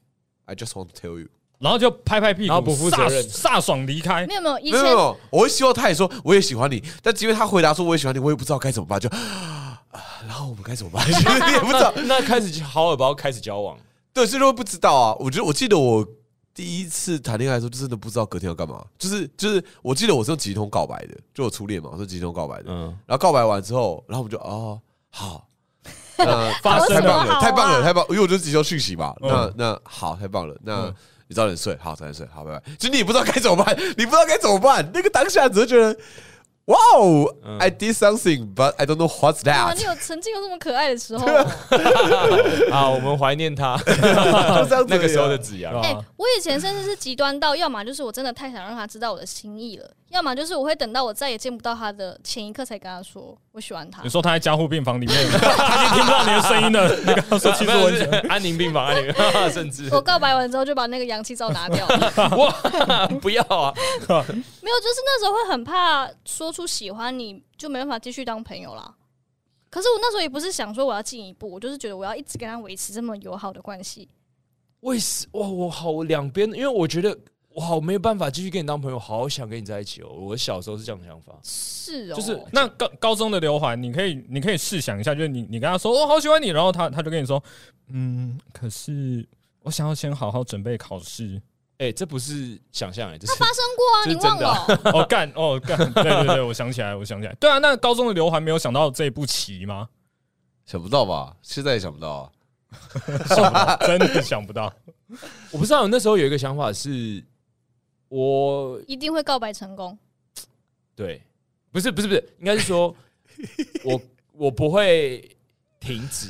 Speaker 3: ，I just want to tell you，
Speaker 1: 然后就拍拍屁股，
Speaker 2: 然后不负责
Speaker 1: 飒
Speaker 2: 任
Speaker 1: 飒爽离开。
Speaker 4: 没有没有，以
Speaker 3: 没有没
Speaker 4: 前
Speaker 3: 有，我会希望他也说我也喜欢你，但因为他回答说我也喜欢你，我也不知道该怎么办，就 啊，然后我们该怎么办？ 就是你也不知道，
Speaker 2: 那开始好尔包开始交往，
Speaker 3: 对，所以说不知道啊。我觉得我记得我第一次谈恋爱的时候，就真的不知道隔天要干嘛，就是就是，我记得我是用即时通告白的，就我初恋嘛，我是即时通告白的。
Speaker 2: 嗯，
Speaker 3: 然后告白完之后，然后我们就哦好，呃，
Speaker 1: 发生
Speaker 3: 太棒
Speaker 4: 了
Speaker 3: 了，太棒
Speaker 4: 好啊
Speaker 3: 了，太棒，因为我就即时讯息嘛。
Speaker 1: 嗯
Speaker 3: 那那好，太棒了，那
Speaker 1: 嗯。
Speaker 3: 你早点睡，好，早点睡，好，拜拜。其实你也不知道该怎么办，你不知道该怎么办。那个当下只是觉得，哇哦、
Speaker 2: 嗯
Speaker 3: i did something, but I don't know what's
Speaker 4: 哇，
Speaker 3: that
Speaker 4: 你。有曾经有这么可爱的时候。
Speaker 2: 啊，我们怀念 他
Speaker 3: 这样子而已啊
Speaker 2: 那个时候的子 阳，
Speaker 4: 哎、
Speaker 1: 啊
Speaker 4: 我以前甚至是极端到，要么就是我真的太想让他知道我的心意了，要么就是我会等到我再也见不到他的前一刻才跟他说我喜欢他
Speaker 1: 你。说他在加护病房里面，他已经听不到你的声音了。你跟他说，其实我很喜欢
Speaker 2: 安宁病房，安宁病房，甚至
Speaker 4: 我告白完之后就把那个氧气罩拿掉，
Speaker 2: 哇，不要啊！
Speaker 4: 没有，就是那时候会很怕说出喜欢你就没办法继续当朋友啦。可是我那时候也不是想说我要进一步，我就是觉得我要一直跟他维持这么友好的关系。
Speaker 2: 为什哇？我好两边，因为我觉得我好没有办法继续跟你当朋友，好想跟你在一起哦。我小时候是这样的想法，
Speaker 4: 是哦，
Speaker 2: 就是
Speaker 1: 那高高中的刘环，你可以你可以试想一下，就是你你跟他说我好喜欢你，然后他他就跟你说，嗯，可是我想要先好好准备考试。
Speaker 2: 哎、这不是想象哎、这是
Speaker 4: 他发生过啊，
Speaker 2: 这
Speaker 4: 你
Speaker 2: 是
Speaker 4: 忘
Speaker 2: 真的
Speaker 4: 了
Speaker 2: 啊
Speaker 4: 哦？
Speaker 1: 哦干哦干，对对对，我想起来，我想起来。对啊，那高中的刘环没有想到这一步棋吗？
Speaker 3: 想不到吧？现在也想不到啊。
Speaker 1: 真的想不 到。
Speaker 2: 我不知道，我那时候有一个想法是，我
Speaker 4: 一定会告白成功。
Speaker 2: 对，不是不是不是，应该是说我我不会停止，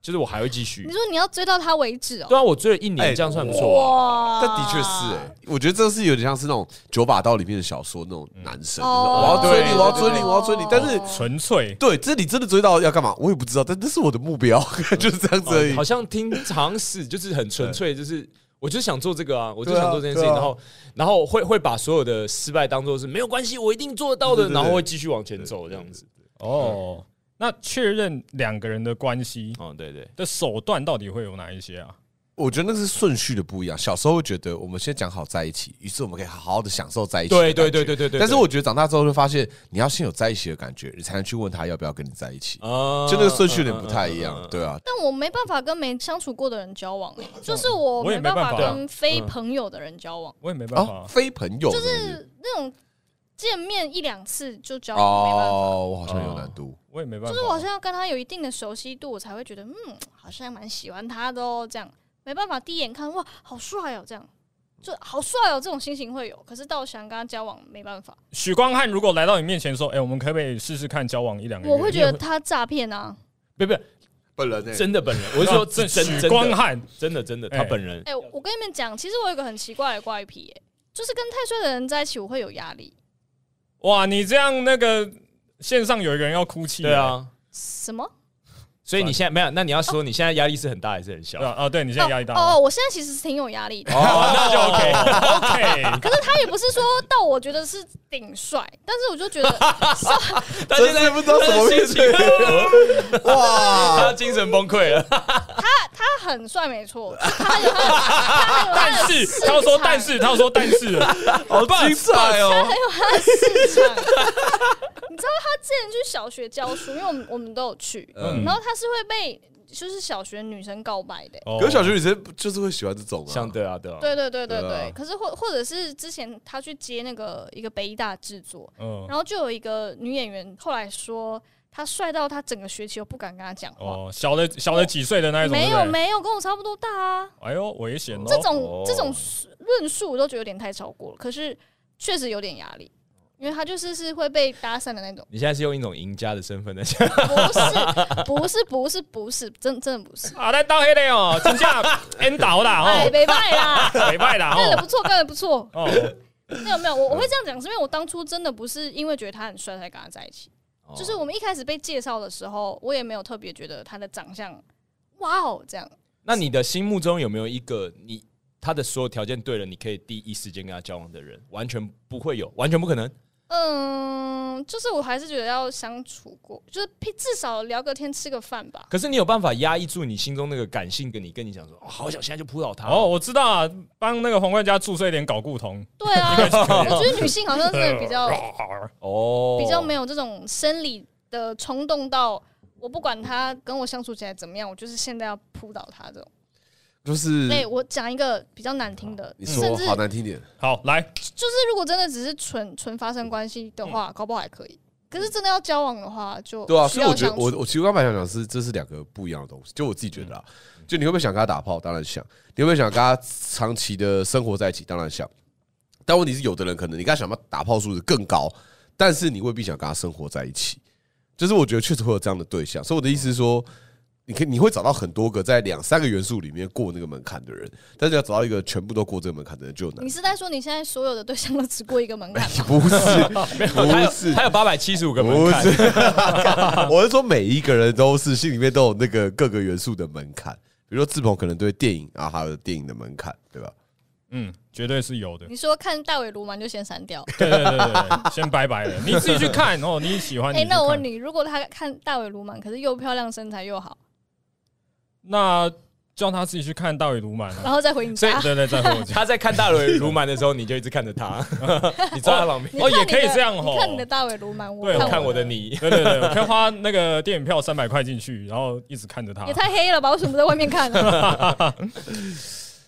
Speaker 2: 就是我还会继续
Speaker 4: 你。说你要追到他为止哦？
Speaker 2: 对啊，我追了一年，
Speaker 3: 哎
Speaker 2: 这样算不错啊、
Speaker 4: 哇
Speaker 3: 但的确是哎、我觉得这是有点像是那种九把刀里面的小说那种男生，
Speaker 4: 哦
Speaker 3: 就是我要追你，
Speaker 2: 对
Speaker 3: 我要追
Speaker 4: 对
Speaker 3: 你，我要追你。但是
Speaker 1: 纯粹
Speaker 3: 对，这你真的追到要干嘛？我也不知道，但这是我的目标， 就是这样子而已
Speaker 2: 好。像听尝试就是很纯粹，就是我就想做这个啊，我就
Speaker 3: 对啊
Speaker 2: 想做这件事情，
Speaker 3: 对啊
Speaker 2: 然后然后会会把所有的失败当做是没有关系，我一定做得到的，
Speaker 3: 对对对
Speaker 2: 然后会继续往前走这样子。
Speaker 1: 哦。那确认两个人的关系
Speaker 2: 哦，对对，
Speaker 1: 的手段到底会有哪一些啊？
Speaker 3: 我觉得那个是顺序的不一样。小时候会觉得我们先讲好在一起，于是我们可以好好的享受在一起的
Speaker 2: 对
Speaker 3: 感
Speaker 2: 对
Speaker 3: 觉。
Speaker 2: 对对对对。
Speaker 3: 但是我觉得长大之后会发现，你要先有在一起的感觉，你才能去问他要不要跟你在一起。
Speaker 2: 啊嗯
Speaker 3: 就那个顺序有点不太一样，对啊。
Speaker 4: 但我没办法跟没相处过的人交往、欸，就是我
Speaker 1: 我也
Speaker 4: 没
Speaker 1: 没办
Speaker 4: 法
Speaker 1: 法
Speaker 4: 跟非朋友的人交往，
Speaker 1: 我也没办法啊、
Speaker 2: 哦
Speaker 3: 啊，非朋友就是
Speaker 4: 那种见面一两次就交往，没办法。
Speaker 3: 哦，我好像有难度。
Speaker 1: 我也没办法啊。
Speaker 4: 就是我好像要跟他有一定的熟悉度，我才会觉得嗯，好像蛮喜欢他的哦。这样没办法，第一眼看哇，好帅哦，这样就好帅哦，这种心情会有。可是到想跟他交往，没办法，
Speaker 1: 许光汉如果来到你面前说：“哎、我们可不可以试试看交往一两个月？”
Speaker 4: 我会觉
Speaker 1: 你
Speaker 4: 得
Speaker 1: 也
Speaker 4: 他诈骗啊。
Speaker 2: 不不
Speaker 3: 本人呢欸
Speaker 2: 真的本人，我是说
Speaker 1: 这
Speaker 2: 真真
Speaker 1: 许
Speaker 2: 真
Speaker 1: 光
Speaker 2: 的
Speaker 1: 汉
Speaker 2: 真的真的
Speaker 1: 哎
Speaker 2: 他本人
Speaker 4: 哎、我跟你们讲，其实我有一个很奇怪的怪癖、欸，就是跟太帅的人在一起，我会有压力。
Speaker 1: 哇，你这样那个线上有一个人要哭泣，
Speaker 2: 对，啊。
Speaker 4: 什么？
Speaker 2: 所以你现在没有，那你要说你现在压力是很大还是很小
Speaker 1: 对？啊，啊对你现在压力大
Speaker 4: 哦
Speaker 1: 吗，
Speaker 4: 哦，我现在其实是挺有压力的。
Speaker 1: 哦，那就 OK OK。
Speaker 4: 可是他也不 是说到我觉得是顶帅，但是我就觉得
Speaker 2: 他
Speaker 3: 真是不知道什么面对哇！
Speaker 2: 他精神崩溃 了。
Speaker 4: 他很帅没错，他有他
Speaker 1: 但
Speaker 4: 他有
Speaker 1: 是他说，但是他说，但是了，
Speaker 3: 好精彩哦！
Speaker 4: 他的市场。你知道他之前去小学教书，因为我们我们都有去，
Speaker 1: 嗯
Speaker 4: 然后他是会被就是小学女生告白的。
Speaker 1: 哦
Speaker 3: 可是小学女生就是会喜欢这种啊，
Speaker 2: 像对啊对啊，
Speaker 4: 对对对对
Speaker 3: 对啊
Speaker 4: 对，可是或或者是之前他去接那个一个北艺大制作，
Speaker 1: 嗯，
Speaker 4: 然后就有一个女演员后来说他帅到他整个学期都不敢跟他讲话，
Speaker 1: 哦，小的小的几岁的那一种，
Speaker 4: 没
Speaker 1: 对
Speaker 4: 有
Speaker 1: 不对，
Speaker 4: 没有跟我差不多大啊，
Speaker 1: 哎呦，危险哦，
Speaker 4: 这种、
Speaker 2: 哦
Speaker 4: 这种论述我都觉得有点太超过了，可是确实有点压力，因为他就是是会被搭讪的 那种，
Speaker 2: 你现在是用一种赢家的身份在讲，
Speaker 4: 不是不是不是不是，真真的不是，
Speaker 1: 啊，来到黑的哦，真假 N 倒啦
Speaker 4: 哎，
Speaker 1: 哦，
Speaker 4: 没 办啦，
Speaker 1: 没败啦
Speaker 4: 干的
Speaker 1: 哦，
Speaker 4: 不错，干的不错，
Speaker 1: 哦，
Speaker 4: 没有没有，我我会这样讲，是因为我当初真的不是因为觉得他很帅才跟他在一起，
Speaker 1: 哦
Speaker 4: 就是我们一开始被介绍的时候，我也没有特别觉得他的长相，哇哦这样，
Speaker 2: 那你的心目中有没有一个你他的所有条件对了，你可以第一时间跟他交往的人？完全不会有，完全不可能。
Speaker 4: 嗯，就是我还是觉得要相处过，就是至少聊个天吃个饭吧，
Speaker 2: 可是你有办法压抑住你心中那个感性，跟你跟你讲说，哦，好想现在就扑倒他。
Speaker 1: 哦，，我知道啊，帮那个皇冠家注射一点睾固酮，
Speaker 4: 对 啊，我觉得女性好像是比较
Speaker 3: 哎
Speaker 2: 哦，
Speaker 4: 比较没有这种生理的冲动到，我不管他跟我相处起来怎么样，我就是现在要扑倒他这种。
Speaker 3: 就是啊
Speaker 4: 对我讲一个比较难听的，
Speaker 3: 你
Speaker 4: 甚
Speaker 3: 说
Speaker 4: 至
Speaker 3: 好难听点，
Speaker 1: 好，来，
Speaker 4: 就是如果真的只是纯纯发生关系的话，搞不好还可以。可是真的要交往的话，就
Speaker 3: 对啊，
Speaker 4: 需
Speaker 3: 所以
Speaker 4: 要
Speaker 3: 我觉得
Speaker 4: 相处
Speaker 3: 我我其实刚才想讲是这是两个不一样的东西，就我自己觉得啦，就你会不会想跟他打炮？当然想，你会不会想跟他长期的生活在一起？当然想，但问题是有的人可能你跟他想要打炮数值更高，但是你未必想跟他生活在一起，就是我觉得确实会有这样的对象，所以我的意思是说。你可以你会找到很多个在两三个元素里面过那个门槛的人，但是要找到一个全部都过这个门槛的人就难
Speaker 4: 你。是在说你现在所有的对象都只过一个门槛 吗？
Speaker 3: 不 是，
Speaker 2: 他
Speaker 3: 不
Speaker 2: 有
Speaker 3: 是
Speaker 2: 哦他，有八百七十五个
Speaker 3: 不
Speaker 2: 门
Speaker 3: 是
Speaker 2: 槛，，
Speaker 3: 我是说每一个人都是心里面都有那个各个元素的门槛，比如说志鹏可能对电影啊，还有电影的门槛，对吧？
Speaker 1: 嗯，绝对是有的，
Speaker 4: 你说看大尾鲈鳗就先删掉。
Speaker 1: 对对对对，对，先拜拜了，你自己去看哦，你喜欢，
Speaker 4: 哎、那我问
Speaker 1: 你去
Speaker 4: 你，如果他看大尾鲈鳗，可是又漂亮身材 又好，
Speaker 1: 看，那叫他自己去看《大尾鲈鳗》啊，
Speaker 4: 然后再回你
Speaker 1: 所以
Speaker 4: 家，
Speaker 1: 对对，再 回我家，
Speaker 2: 他在看大雷卢曼的时候，你就一直看着他， 你坐在他旁边，
Speaker 4: 你
Speaker 1: 哦
Speaker 4: 看
Speaker 1: 也
Speaker 4: 你
Speaker 1: 可以
Speaker 4: 的
Speaker 1: 这样
Speaker 4: 你
Speaker 1: 吼
Speaker 4: 看你的大尾鲈鳗，
Speaker 1: 对
Speaker 2: 我
Speaker 4: 看
Speaker 2: 看我
Speaker 4: 的
Speaker 2: 的，你。
Speaker 1: 对对对，我可以花那个电影票三百块进去，然后一直看着他
Speaker 4: 也。太黑了吧？为什么不在外面看啊呢、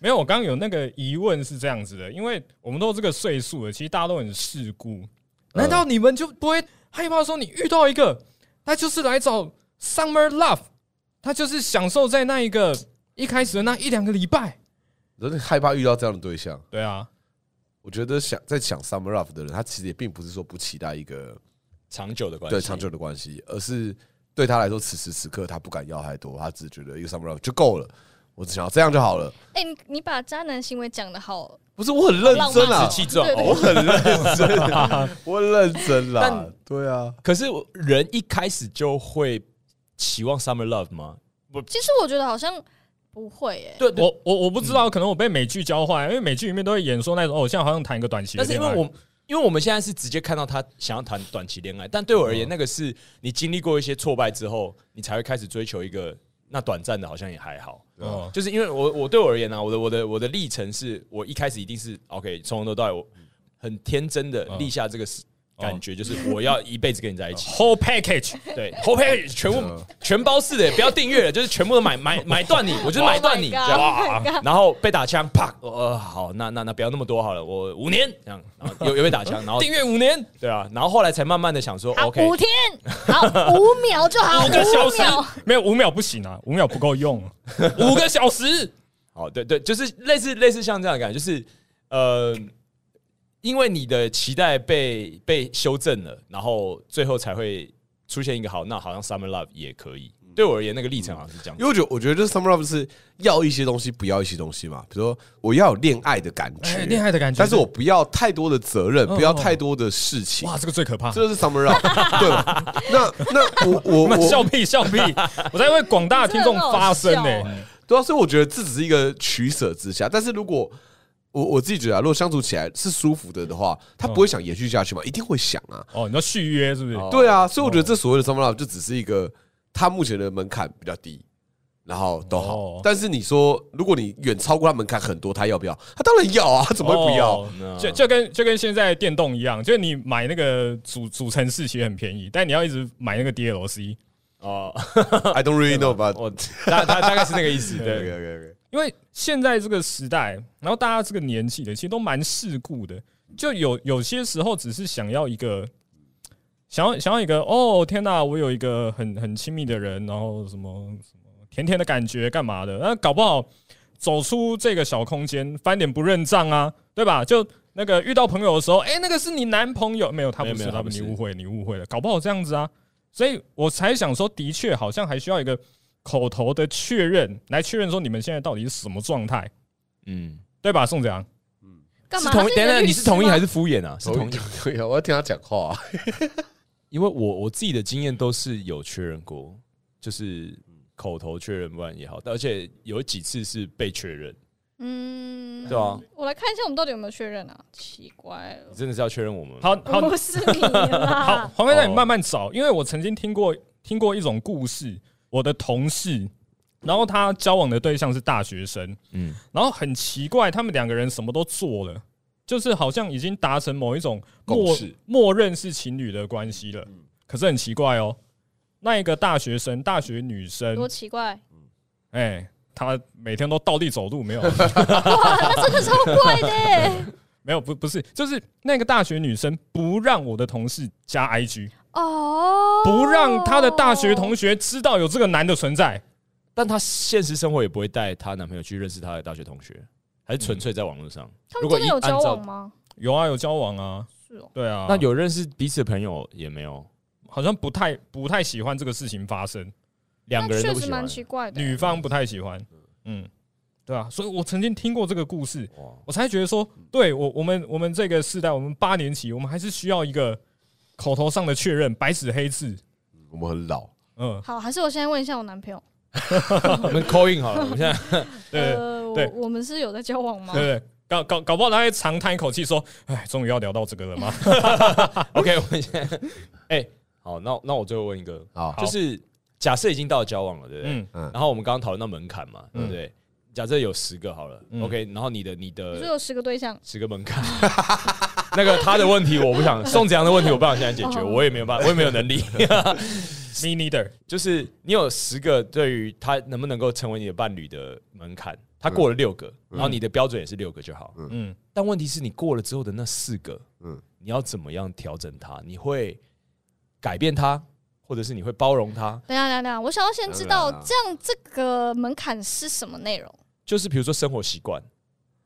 Speaker 1: 没有，我刚刚有那个疑问是这样子的，因为我们都这个岁数了，其实大家都很世故，
Speaker 3: 呃
Speaker 1: 难道你们就不会害怕说你遇到一个他就是来找 summer love，他就是享受在那一个一开始的那一两个礼拜？
Speaker 3: 有点害怕遇到这样的对象。
Speaker 1: 对啊，
Speaker 3: 我觉得想在想 summer up 的人，他其实也并不是说不期待一个
Speaker 2: 长久的关系，
Speaker 3: 对长久的关系，而是对他来说，此时此刻他不敢要太多，他只觉得一个 summer up 就够了，我只想要这样就好了。
Speaker 4: 哎、你你把渣男行为讲的好，
Speaker 3: 不是我很认真
Speaker 4: 浪漫
Speaker 3: 啦
Speaker 1: 啊
Speaker 2: 十，七壮
Speaker 4: 对对
Speaker 2: 哦
Speaker 3: 我。很认真， 我很认真啦
Speaker 2: 但。
Speaker 3: 对啊，
Speaker 2: 可是人一开始就会期望 summer love 吗？
Speaker 4: 其实我觉得好像不会哎、
Speaker 2: 对
Speaker 1: 我我我不知道，可能我被美剧教坏，因为美剧里面都会演说那种哦，现在好像谈一个短期的
Speaker 2: 但是
Speaker 1: 恋
Speaker 2: 因
Speaker 1: 爱，
Speaker 2: 为我因为我们现在是直接看到他想要谈短期恋爱，但对我而言，那个是你经历过一些挫败之后，你才会开始追求一个那短暂的好像也还好。
Speaker 1: 哦，
Speaker 2: 就是因为我我对我而言呢、啊，我的我的我的历程是我一开始一定是 OK，从头到尾我很天真的
Speaker 1: 嗯
Speaker 2: 立下这个感觉，就是我要一辈子跟你在一起。
Speaker 1: whole package，
Speaker 2: 对，whole package 全部全包式的，不要订阅了，就是全部都买 买买断你，我就是买断你
Speaker 4: Oh
Speaker 2: 这
Speaker 4: my god
Speaker 2: 样。
Speaker 4: Oh my god
Speaker 2: 然后被打枪，啪，呃，好，那那那不要那么多好了，我五年这样，然后又又被打枪，然 后
Speaker 1: 订阅五年，
Speaker 2: 对啊，然后后来才慢慢的想说
Speaker 4: 好，
Speaker 2: ，OK，
Speaker 4: 啊五天，好， 五秒就好，
Speaker 1: 五个小时
Speaker 4: 秒，
Speaker 1: 没有五秒不行啊，五秒不够用，五个小时，
Speaker 2: 好，对对，就是类似类似像这样的感觉，就是呃，因为你的期待被被修正了，然后最后才会出现一个好，那好像 Summer Love 也可以。对我而言，那个历程好像是这样
Speaker 3: 因。为我觉得，我觉得这 summer love 是要一些东西，不要一些东西嘛。比如说，我要有恋爱的感觉，
Speaker 1: 哎恋爱的感觉
Speaker 3: 但是我不要太多的责任，
Speaker 1: 嗯
Speaker 3: 不要太多的事情。
Speaker 1: 哇，这个最可怕。
Speaker 3: 这就是 summer love，对 吧？那那我我
Speaker 1: 你们
Speaker 3: 我
Speaker 1: 笑屁笑 屁！我在为广大的听众发声
Speaker 4: 你真的很好
Speaker 1: 呢。
Speaker 3: 对啊，所以我觉得这只是一个取舍之下。但是如果我我自己觉得、啊，如果相处起来是舒服的的话，他不会想延续下去嘛，一定会想啊。
Speaker 1: 哦，你要续约是不是？
Speaker 2: 哦
Speaker 3: 对啊，所以我觉得这所谓的 summer love 就只是一个他目前的门槛比较低，然后都
Speaker 1: 哦
Speaker 3: 好。但是你说，如果你远超过他门槛很多，他要不要？他当然要啊，他怎么会 不要？
Speaker 1: 哦
Speaker 2: 嗯
Speaker 1: 就就跟就跟现在电动一样，就是你买那个主主城市其实很便宜，但你要一直买那个 DLC，
Speaker 2: 哦，
Speaker 3: I don't really know about
Speaker 2: 我哦大大大概是那个意思。
Speaker 3: 对
Speaker 2: 对，
Speaker 3: 对对对，
Speaker 1: 因为现在这个时代，然后大家这个年纪的，其实都蛮世故的，就有有些时候只是想要一个。想要想要一个哦天哪，我有一个很很亲密的人，然后什么什么甜甜的感觉，干嘛的？那搞不好走出这个小空间，翻脸不认账啊，对吧？就那个遇到朋友的时候，哎、那个是你男朋友？没有，他不
Speaker 2: 没
Speaker 1: 是，
Speaker 2: 有没有
Speaker 1: 他
Speaker 2: 他
Speaker 1: 不
Speaker 2: 不
Speaker 1: 是，
Speaker 2: 是
Speaker 1: 你误会，你误会了，搞不好这样子啊。所以我才想说，的确好像还需要一个口头的确认，来确认说你们现在到底是什么状态，
Speaker 2: 嗯，
Speaker 1: 对吧？宋子阳，
Speaker 3: 嗯
Speaker 4: 干
Speaker 2: 是
Speaker 4: 嘛？
Speaker 2: 同意。
Speaker 4: 他
Speaker 2: 等
Speaker 4: 的
Speaker 2: 等，
Speaker 4: 律
Speaker 2: 你
Speaker 4: 师
Speaker 2: 是同意
Speaker 4: 吗
Speaker 2: 还是敷衍啊？是
Speaker 3: 同
Speaker 2: 同
Speaker 3: 意
Speaker 2: 意，
Speaker 3: 同 意啊，我要听他讲话啊。
Speaker 2: 因为我我自己的经验都是有确认过，就是口头确认，不然也好，而且有几次是被确认，
Speaker 4: 嗯，
Speaker 2: 对啊，
Speaker 4: 我来看一下我们到底有没有确认啊？奇怪了
Speaker 2: 你，真的是要确认我们。
Speaker 1: 好好
Speaker 4: 不是你啦，
Speaker 1: 好，黄飞让你
Speaker 2: 哦
Speaker 1: 慢慢找，因为我曾经听过听过一种故事，我的同事，然后他交往的对象是大学生，
Speaker 2: 嗯，
Speaker 1: 然后很奇怪，他们两个人什么都做了，就是好像已经达成某一种
Speaker 3: 共
Speaker 1: 默
Speaker 3: 识嗯
Speaker 1: 默认是情侣的关系了。可是很奇怪哦，那一个大学生，大学女生，
Speaker 4: 多奇怪，
Speaker 1: 哎、她每天都倒地走路，没有
Speaker 4: 那真的啊超怪的欸
Speaker 1: 没有不不是，就是那个大学女生不让我的同事加 IG，
Speaker 4: 哦，
Speaker 1: 不让她的大学同学知道有这个男的存在。
Speaker 2: 但她现实生活也不会带她男朋友去认识她的大学同学，还是纯粹在网络上。
Speaker 4: 他
Speaker 2: 如
Speaker 4: 们
Speaker 2: 果
Speaker 4: 真的
Speaker 2: 一
Speaker 4: 有
Speaker 2: 按
Speaker 4: 交
Speaker 2: 照
Speaker 4: 往吗？
Speaker 1: 有啊，有交往啊，
Speaker 4: 是哦，
Speaker 1: 对啊，
Speaker 2: 那有认识彼此的朋友也没有，
Speaker 1: 好像不太不太喜欢这个事情发生，
Speaker 2: 两个
Speaker 4: 那
Speaker 2: 人
Speaker 4: 确
Speaker 2: 都不
Speaker 4: 实
Speaker 2: 喜
Speaker 4: 蛮
Speaker 2: 欢。
Speaker 4: 奇怪的欸。
Speaker 1: 女方不太喜欢，嗯，对啊，所以我曾经听过这个故事，
Speaker 2: 哇，嗯
Speaker 1: 我才觉得说，对我我们我们这个世代，我们八年级，我们还是需要一个口头上的确认，白纸黑字，
Speaker 3: 我们很老，
Speaker 1: 嗯，
Speaker 4: 好，还是我现在问一下我男朋友，
Speaker 2: 我们 call in 好了，我们现在
Speaker 1: 对
Speaker 4: 呃，我
Speaker 1: 对
Speaker 4: 我们是有在交往吗？
Speaker 1: 对不对？搞搞搞不好他还长叹一口气说：“哎，终于要聊到这个了吗
Speaker 2: OK，我们现在 哎、好，那那我最后问一个，
Speaker 3: 好
Speaker 2: 就是假设已经到了交往了，对？”不对？
Speaker 1: 嗯，
Speaker 2: 然后我们刚刚讨论到门槛嘛，对不对？假设有十个好了、
Speaker 1: 嗯
Speaker 2: o k 然后你的你
Speaker 4: 你
Speaker 2: 的
Speaker 4: 说有十个对象，
Speaker 2: 十个门槛。 那个他的问题我不想，宋子阳的问题我不想现在解决，
Speaker 4: 哦
Speaker 2: 我也没有办法，我也没有能力。
Speaker 1: ，me neither，
Speaker 2: 就是你有十个对于他能不能够成为你的伴侣的门槛，他过了六个，然后你的标准也是六个就好。
Speaker 1: 嗯，
Speaker 2: 但问题是你过了之后的那四个，
Speaker 3: 嗯
Speaker 2: 嗯，你要怎么样调整它？你会改变它，或者是你会包容它？
Speaker 4: 等一下等一下等一下，我想要先知道
Speaker 3: 当然啊
Speaker 4: 这样这个门槛是什么内容
Speaker 2: 就是比如说生活习惯，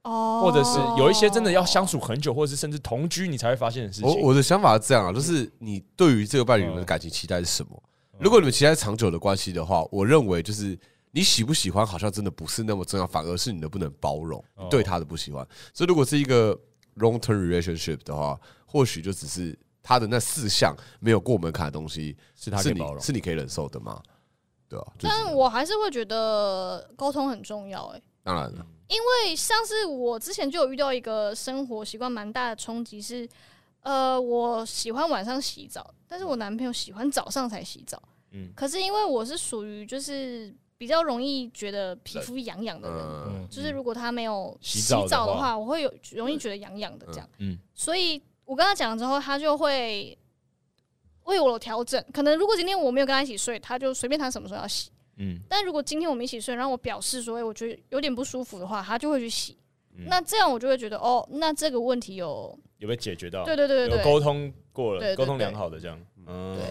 Speaker 4: 哦，
Speaker 2: 或者是有一些真的要相处很久，或者是甚至同居你才会发现的事
Speaker 3: 哦我
Speaker 2: 情。嗯
Speaker 3: 我的想法是这样啊，就是你对于这个伴侣你们的感情期待是什么？如果你们期待长久的关系的话，我认为就是你喜不喜欢，好像真的不是那么重要，反而是你能不能包容
Speaker 1: 哦
Speaker 3: 对他的不喜欢。所以如果是一个 long term relationship 的话，或许就只是他的那四项没有过门槛的东西，
Speaker 2: 是他可
Speaker 3: 是
Speaker 2: 以
Speaker 3: 你
Speaker 2: 包容
Speaker 3: 是你可以忍受的吗？对啊，就是
Speaker 4: 但我还是会觉得沟通很重要、欸，
Speaker 3: 当然了，
Speaker 4: 因为像是我之前就有遇到一个生活习惯蛮大的冲击是，呃，我喜欢晚上洗澡，但是我男朋友喜欢早上才洗澡。
Speaker 2: 嗯
Speaker 4: 可是因为我是属于就是。比较容易觉得皮肤痒痒的人，
Speaker 3: 嗯，
Speaker 1: 嗯，
Speaker 4: 就是如果他没有
Speaker 2: 洗
Speaker 4: 洗
Speaker 2: 澡的
Speaker 4: 澡的
Speaker 2: 话
Speaker 4: 话，我会有容易觉得痒痒的这样。
Speaker 2: 嗯，
Speaker 4: 所以我跟他讲了之后，他就会为我调整。可能如果今天我没有跟他一起睡，他就随便他什么时候要洗。
Speaker 2: 嗯，
Speaker 4: 但如果今天我们一起睡，然后我表示说，哎、我觉得有点不舒服的话，他就会去洗。
Speaker 2: 嗯
Speaker 4: 那这样我就会觉得，哦，那这个问题有，
Speaker 2: 有被解决
Speaker 3: 啊
Speaker 2: 到，
Speaker 4: 对对对对
Speaker 2: 有
Speaker 4: 对，
Speaker 2: 沟通过
Speaker 4: 对对
Speaker 2: 了，
Speaker 4: 对
Speaker 2: 沟通良好的这样，嗯，
Speaker 4: 对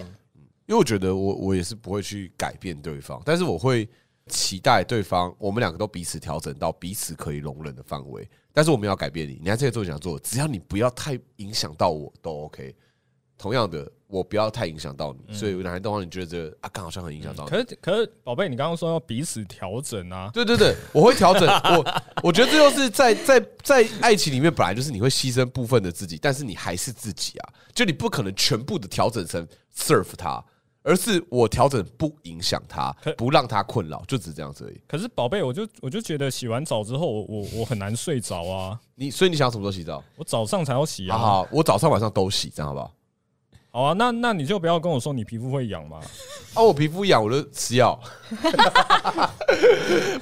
Speaker 3: 因为我觉得我我也是不会去改变对方，但是我会期待对方，我们两个都彼此调整到彼此可以容忍的范围。但是我们要改变你，你还是可以做你想做的，只要你不要太影响到我都 OK。同样的，我不要太影响到你，所以哪些东方你觉得啊，刚好像很影响到你
Speaker 1: 可。是可是宝贝，你刚刚说要彼此调整啊，
Speaker 3: 对对对，我会调整。我我觉得这就是在在在爱情里面，本来就是你会牺牲部分的自己，但是你还是自己啊，就你不可能全部的调整成 serve 他，而是我调整不影响他，不让他困扰，就只是这样子而已。
Speaker 1: 可是宝贝，我就我就觉得洗完澡之后，我我我很难睡着啊，
Speaker 3: 你所以你想什么时候洗澡？
Speaker 1: 我早上才要洗
Speaker 3: 好
Speaker 1: 啊。
Speaker 3: 好，我早上晚上都洗，这样好不好？
Speaker 1: 好啊，那那你就不要跟我说你皮肤会痒嘛。
Speaker 3: 哦，我皮肤痒，我就吃药。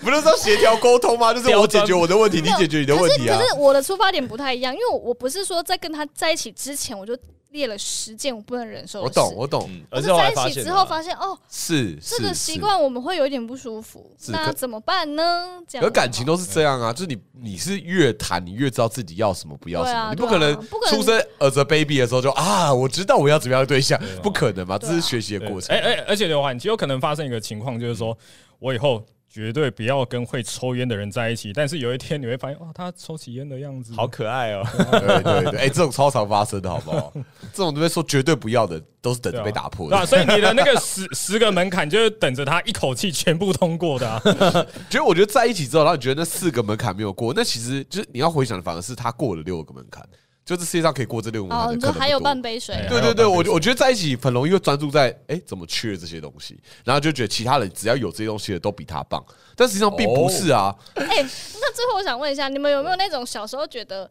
Speaker 3: 不是说协调沟通吗？就是我解决我的问题，你解决你的
Speaker 4: 可
Speaker 3: 问
Speaker 4: 是
Speaker 3: 题啊
Speaker 4: 可。是我的出发点不太一样，因为我不是说在跟他在一起之前我就列了十件我不能忍受
Speaker 3: 我
Speaker 4: 的事，
Speaker 3: 懂，我懂，
Speaker 2: 嗯，
Speaker 4: 我
Speaker 2: 而
Speaker 4: 是
Speaker 2: 是后
Speaker 4: 在
Speaker 2: 来
Speaker 4: 一
Speaker 2: 发
Speaker 4: 起
Speaker 2: 现啊
Speaker 4: 之
Speaker 2: 了
Speaker 4: 后发现，哦，
Speaker 3: 是是
Speaker 4: 这个
Speaker 3: 是
Speaker 4: 习惯我们会有一点不舒服，
Speaker 3: 是
Speaker 4: 那
Speaker 3: 可
Speaker 4: 怎么办呢？这样
Speaker 3: 可感情都是这样啊，就是你你是越谈，你越知道自己要什么，不要什
Speaker 4: 对
Speaker 3: 么。
Speaker 4: 啊
Speaker 3: 你不可能
Speaker 4: 对啊不可能
Speaker 3: 出生 as a baby 的时候就啊，我知道我要怎么样的对象，
Speaker 1: 啊
Speaker 3: 不可能嘛，这
Speaker 4: 对啊
Speaker 3: 是学习的
Speaker 1: 对
Speaker 3: 过程。
Speaker 1: 哎哎，而且刘涵极有可能发生一个情况，就是说我以后绝对不要跟会抽烟的人在一起。但是有一天你会发现，哦，他抽起烟的样子，
Speaker 2: 好可爱 哦，
Speaker 1: 啊
Speaker 3: 对对对，哎，这种超常发生的好不好？这种都被说绝对不要的，都是等
Speaker 1: 对
Speaker 3: 着
Speaker 1: 啊
Speaker 3: 被打破
Speaker 1: 对啊，
Speaker 3: 的。
Speaker 1: 所以你的那个十 十个门槛，就是等着他一口气全部通过 的、啊。
Speaker 3: 觉得我觉得在一起之后，然后你觉得那四个门槛没有过，那其实就是你要回想的，反而是他过了六个门槛。就这世界上可以过这六个门槛
Speaker 4: 哦，
Speaker 3: 的，
Speaker 4: 你
Speaker 3: 可
Speaker 4: 说
Speaker 3: 能不
Speaker 4: 还有
Speaker 3: 多
Speaker 4: 半杯水
Speaker 1: 哎
Speaker 4: 啊，
Speaker 3: 对对对，我我觉得在一起很容易会专注在哎、诶怎么缺这些东西，然后就觉得其他人只要有这些东西的都比他棒，但实际上并不是啊。
Speaker 4: 哎、那最后我想问一下，你们有没有那种小时候觉得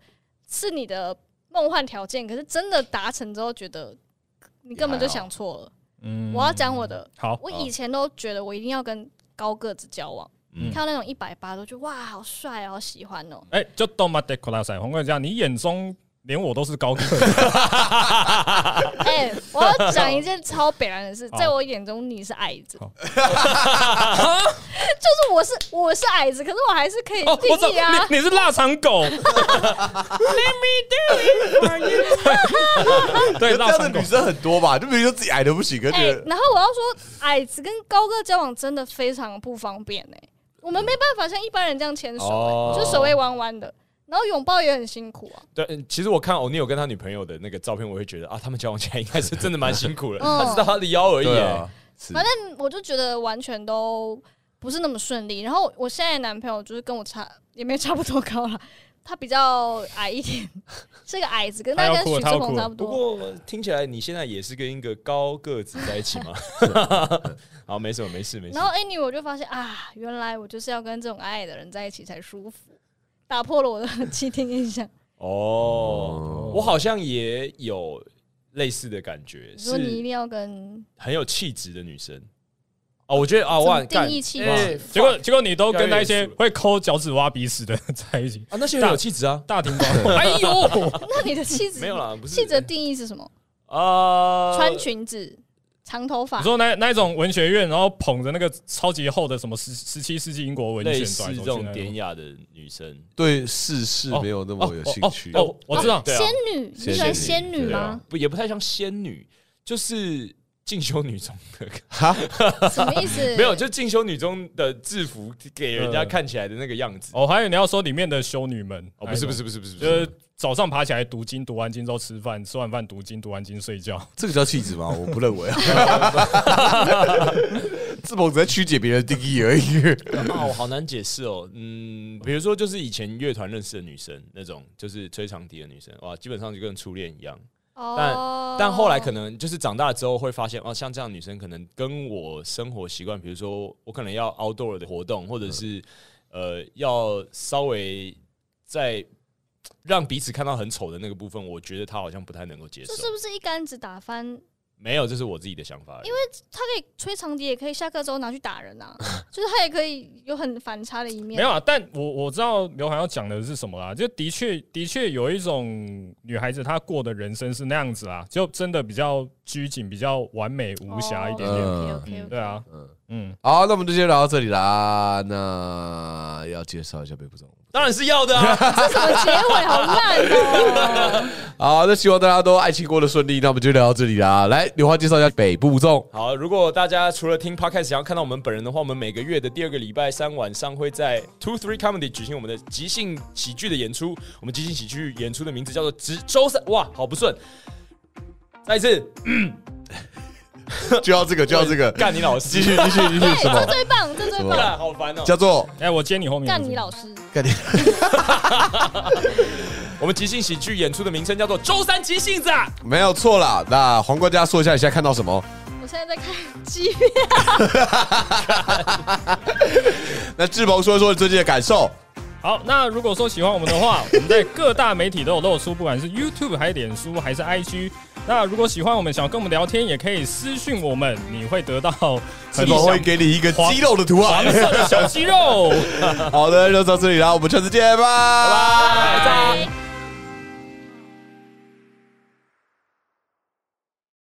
Speaker 4: 是你的梦幻条件，可是真的达成之后觉得你根本就想错了？
Speaker 1: 嗯
Speaker 4: 我要讲我的，
Speaker 1: 好，
Speaker 4: 我以前都觉得我一定要跟高个子交往，
Speaker 2: 嗯
Speaker 4: 看到那种一百八都觉得哇，好帅哦，好喜欢哦。
Speaker 1: 哎、就动马德克拉塞，黄冠佳，你眼中连我都是高个子，
Speaker 4: 哎、我要讲一件超北然的事，
Speaker 1: 好
Speaker 4: 在我眼中你是矮子，
Speaker 1: 好
Speaker 4: 就是我是我是矮子，可是我还是可以
Speaker 1: 哦，我
Speaker 4: 定
Speaker 1: 知
Speaker 4: 义啊。
Speaker 1: 道你你是腊肠狗，Let me do it for you，对，
Speaker 3: 这
Speaker 1: 腊
Speaker 3: 样的
Speaker 1: 肠狗
Speaker 3: 女，生很多吧，就比如说自己矮的不行，跟
Speaker 4: 哎、
Speaker 3: 觉得
Speaker 4: 然后我要说，矮子跟高个交往真的非常不方便哎、我们没办法像一般人这样牵手、欸
Speaker 2: 哦
Speaker 4: 就手会弯弯的，然后拥抱也很辛苦啊。
Speaker 2: 对，嗯其实我看欧尼尔跟他女朋友的那个照片，我会觉得啊，他们交往起来应该是真的蛮辛苦的，
Speaker 4: 嗯
Speaker 2: 他只到他的腰而已
Speaker 3: 对
Speaker 2: 耶
Speaker 3: 啊，，是
Speaker 4: 反正嗯我就觉得完全都不是那么顺利。然后我现在的男朋友就是跟我差也没差不多高了，他比较矮一点，是个矮子，跟
Speaker 1: 他
Speaker 4: 他
Speaker 1: 要
Speaker 4: 跟
Speaker 1: 哭了
Speaker 4: 许
Speaker 1: 他要
Speaker 4: 志鹏
Speaker 1: 哭了
Speaker 4: 差不
Speaker 2: 不
Speaker 4: 多。
Speaker 2: 过听起来你现在也是跟一个高个子在一起吗？ 好，没什么，没事，没事
Speaker 4: 然。后 anyway 我就发现啊，原来我就是要跟这种矮矮的人在一起才舒服，打破了我的 既定印象。
Speaker 3: 嗯
Speaker 2: 哦，我好像也有类似的感觉，
Speaker 4: 你说你一
Speaker 2: 是
Speaker 4: 定要跟
Speaker 2: 很有气质的女生。哦，我觉得啊，
Speaker 4: 怎么
Speaker 2: 哇，干
Speaker 4: 定义气质
Speaker 2: 哎
Speaker 1: 结果结果你都
Speaker 2: 越来
Speaker 1: 跟
Speaker 2: 越
Speaker 1: 那些
Speaker 2: 熟
Speaker 1: 会抠脚趾挖鼻屎的在一起，
Speaker 2: 啊，那些很有气质啊，
Speaker 1: 大庭广众，哎呦，
Speaker 4: 那你的气质
Speaker 2: 没有啦，不是
Speaker 4: 气质的定义是什么？
Speaker 2: 啊，
Speaker 4: 穿裙子、长头发
Speaker 1: 呃你。说那那一种文学院，然后捧着那个超级厚的什么十十七世纪英国文
Speaker 2: 类
Speaker 1: 献
Speaker 2: 似
Speaker 1: 走来
Speaker 2: 这
Speaker 1: 走去
Speaker 2: 种
Speaker 1: 那
Speaker 2: 典雅的女生。
Speaker 3: 对世事没有那么有兴趣。
Speaker 1: 哦，我知道，
Speaker 2: 对啊
Speaker 4: 仙女，你喜欢仙女
Speaker 2: 对
Speaker 4: 吗
Speaker 2: 啊？，不也不太像仙女，就是进修女中的，
Speaker 4: 什么意思？
Speaker 2: 没有，就进修女中的制服给人家看起来的那个样子。
Speaker 1: 哦，还有你要说里面的修女们，
Speaker 2: 哦，不是不是
Speaker 1: 不
Speaker 2: 不是不是，
Speaker 1: 是
Speaker 2: 不
Speaker 1: 就是是早上爬起来读经，读完经之后吃饭，吃完饭读经，读完经睡觉。
Speaker 3: 这个叫气质吗？我不认为啊。 志鹏只在曲解别人的定义而已。
Speaker 2: 哦，好难解释哦。嗯，比如说就是以前乐团认识的女生那种，就是吹长笛的女生，哇，基本上就跟初恋一样。
Speaker 4: 哦，
Speaker 2: 但后来可能就是长大之后会发现，哦，像这样的女生可能跟我生活习惯，比如说我可能要 outdoor 的活动，或者是、呃要稍微在让彼此看到很丑的那个部分，我觉得她好像不太能够接受
Speaker 4: 这。是不是一竿子打翻
Speaker 2: 没有，这是我自己的想法而已。因为
Speaker 4: 他可以吹长笛，也可以下课之后拿去打人啊，就是他也可以有很反差的一面。
Speaker 1: 没有啊，但我我知道刘涵要讲的是什么啦，就的确的确有一种女孩子，她过的人生是那样子啊，就真的比较拘谨，比较完美无
Speaker 4: 哦
Speaker 1: 瑕一点点。
Speaker 4: OK OK
Speaker 1: 对啊，
Speaker 3: 嗯
Speaker 1: 嗯，
Speaker 3: 好，那我们就先聊到这里啦。那要介绍一下北部总。
Speaker 2: 当然是要的啊，
Speaker 4: 这什么结尾好烂哦、
Speaker 3: 好，那希望大家都爱情过得顺利。那我们就聊到这里啦。来，刘欢介绍一下北部粽。
Speaker 2: 好，如果大家除了听 podcast 想要看到我们本人的话，我们每个月的第二个礼拜三晚上会在 Two Three Comedy 举行我们的即兴喜剧的演出。我们即兴喜剧演出的名字叫做“直周三”，哇，好不顺。再一次
Speaker 3: 就要这个，就要这个，
Speaker 2: 干你老师，
Speaker 3: 继续，继续，继续，什
Speaker 4: 这
Speaker 3: 么
Speaker 4: 最棒，这最
Speaker 3: 什
Speaker 4: 棒，
Speaker 3: 么
Speaker 2: 干好烦哦、
Speaker 3: 叫做
Speaker 1: 哎、我接你后面。
Speaker 4: 干你老师！
Speaker 3: 干你
Speaker 2: 我们即兴喜剧演出的名称叫做“周三即兴子”。
Speaker 3: 没有错啦。那黄瓜家说一下，你现在看到什么？
Speaker 4: 我现在在看鸡，
Speaker 3: 那志鹏说一说你最近的感受。
Speaker 1: 好，那如果说喜欢我们的话，我们在各大媒体都有露出，不管是 YouTube 还是脸书还是 IG。那如果喜欢我们，想跟我们聊天，也可以私讯我们，你会得到
Speaker 3: 志
Speaker 1: 很
Speaker 3: 鹏会给你一个肌肉的图案
Speaker 1: 黄。 色的小肌肉。
Speaker 3: 好的，就到这里啦，我们下次见，拜拜。
Speaker 4: 拜拜。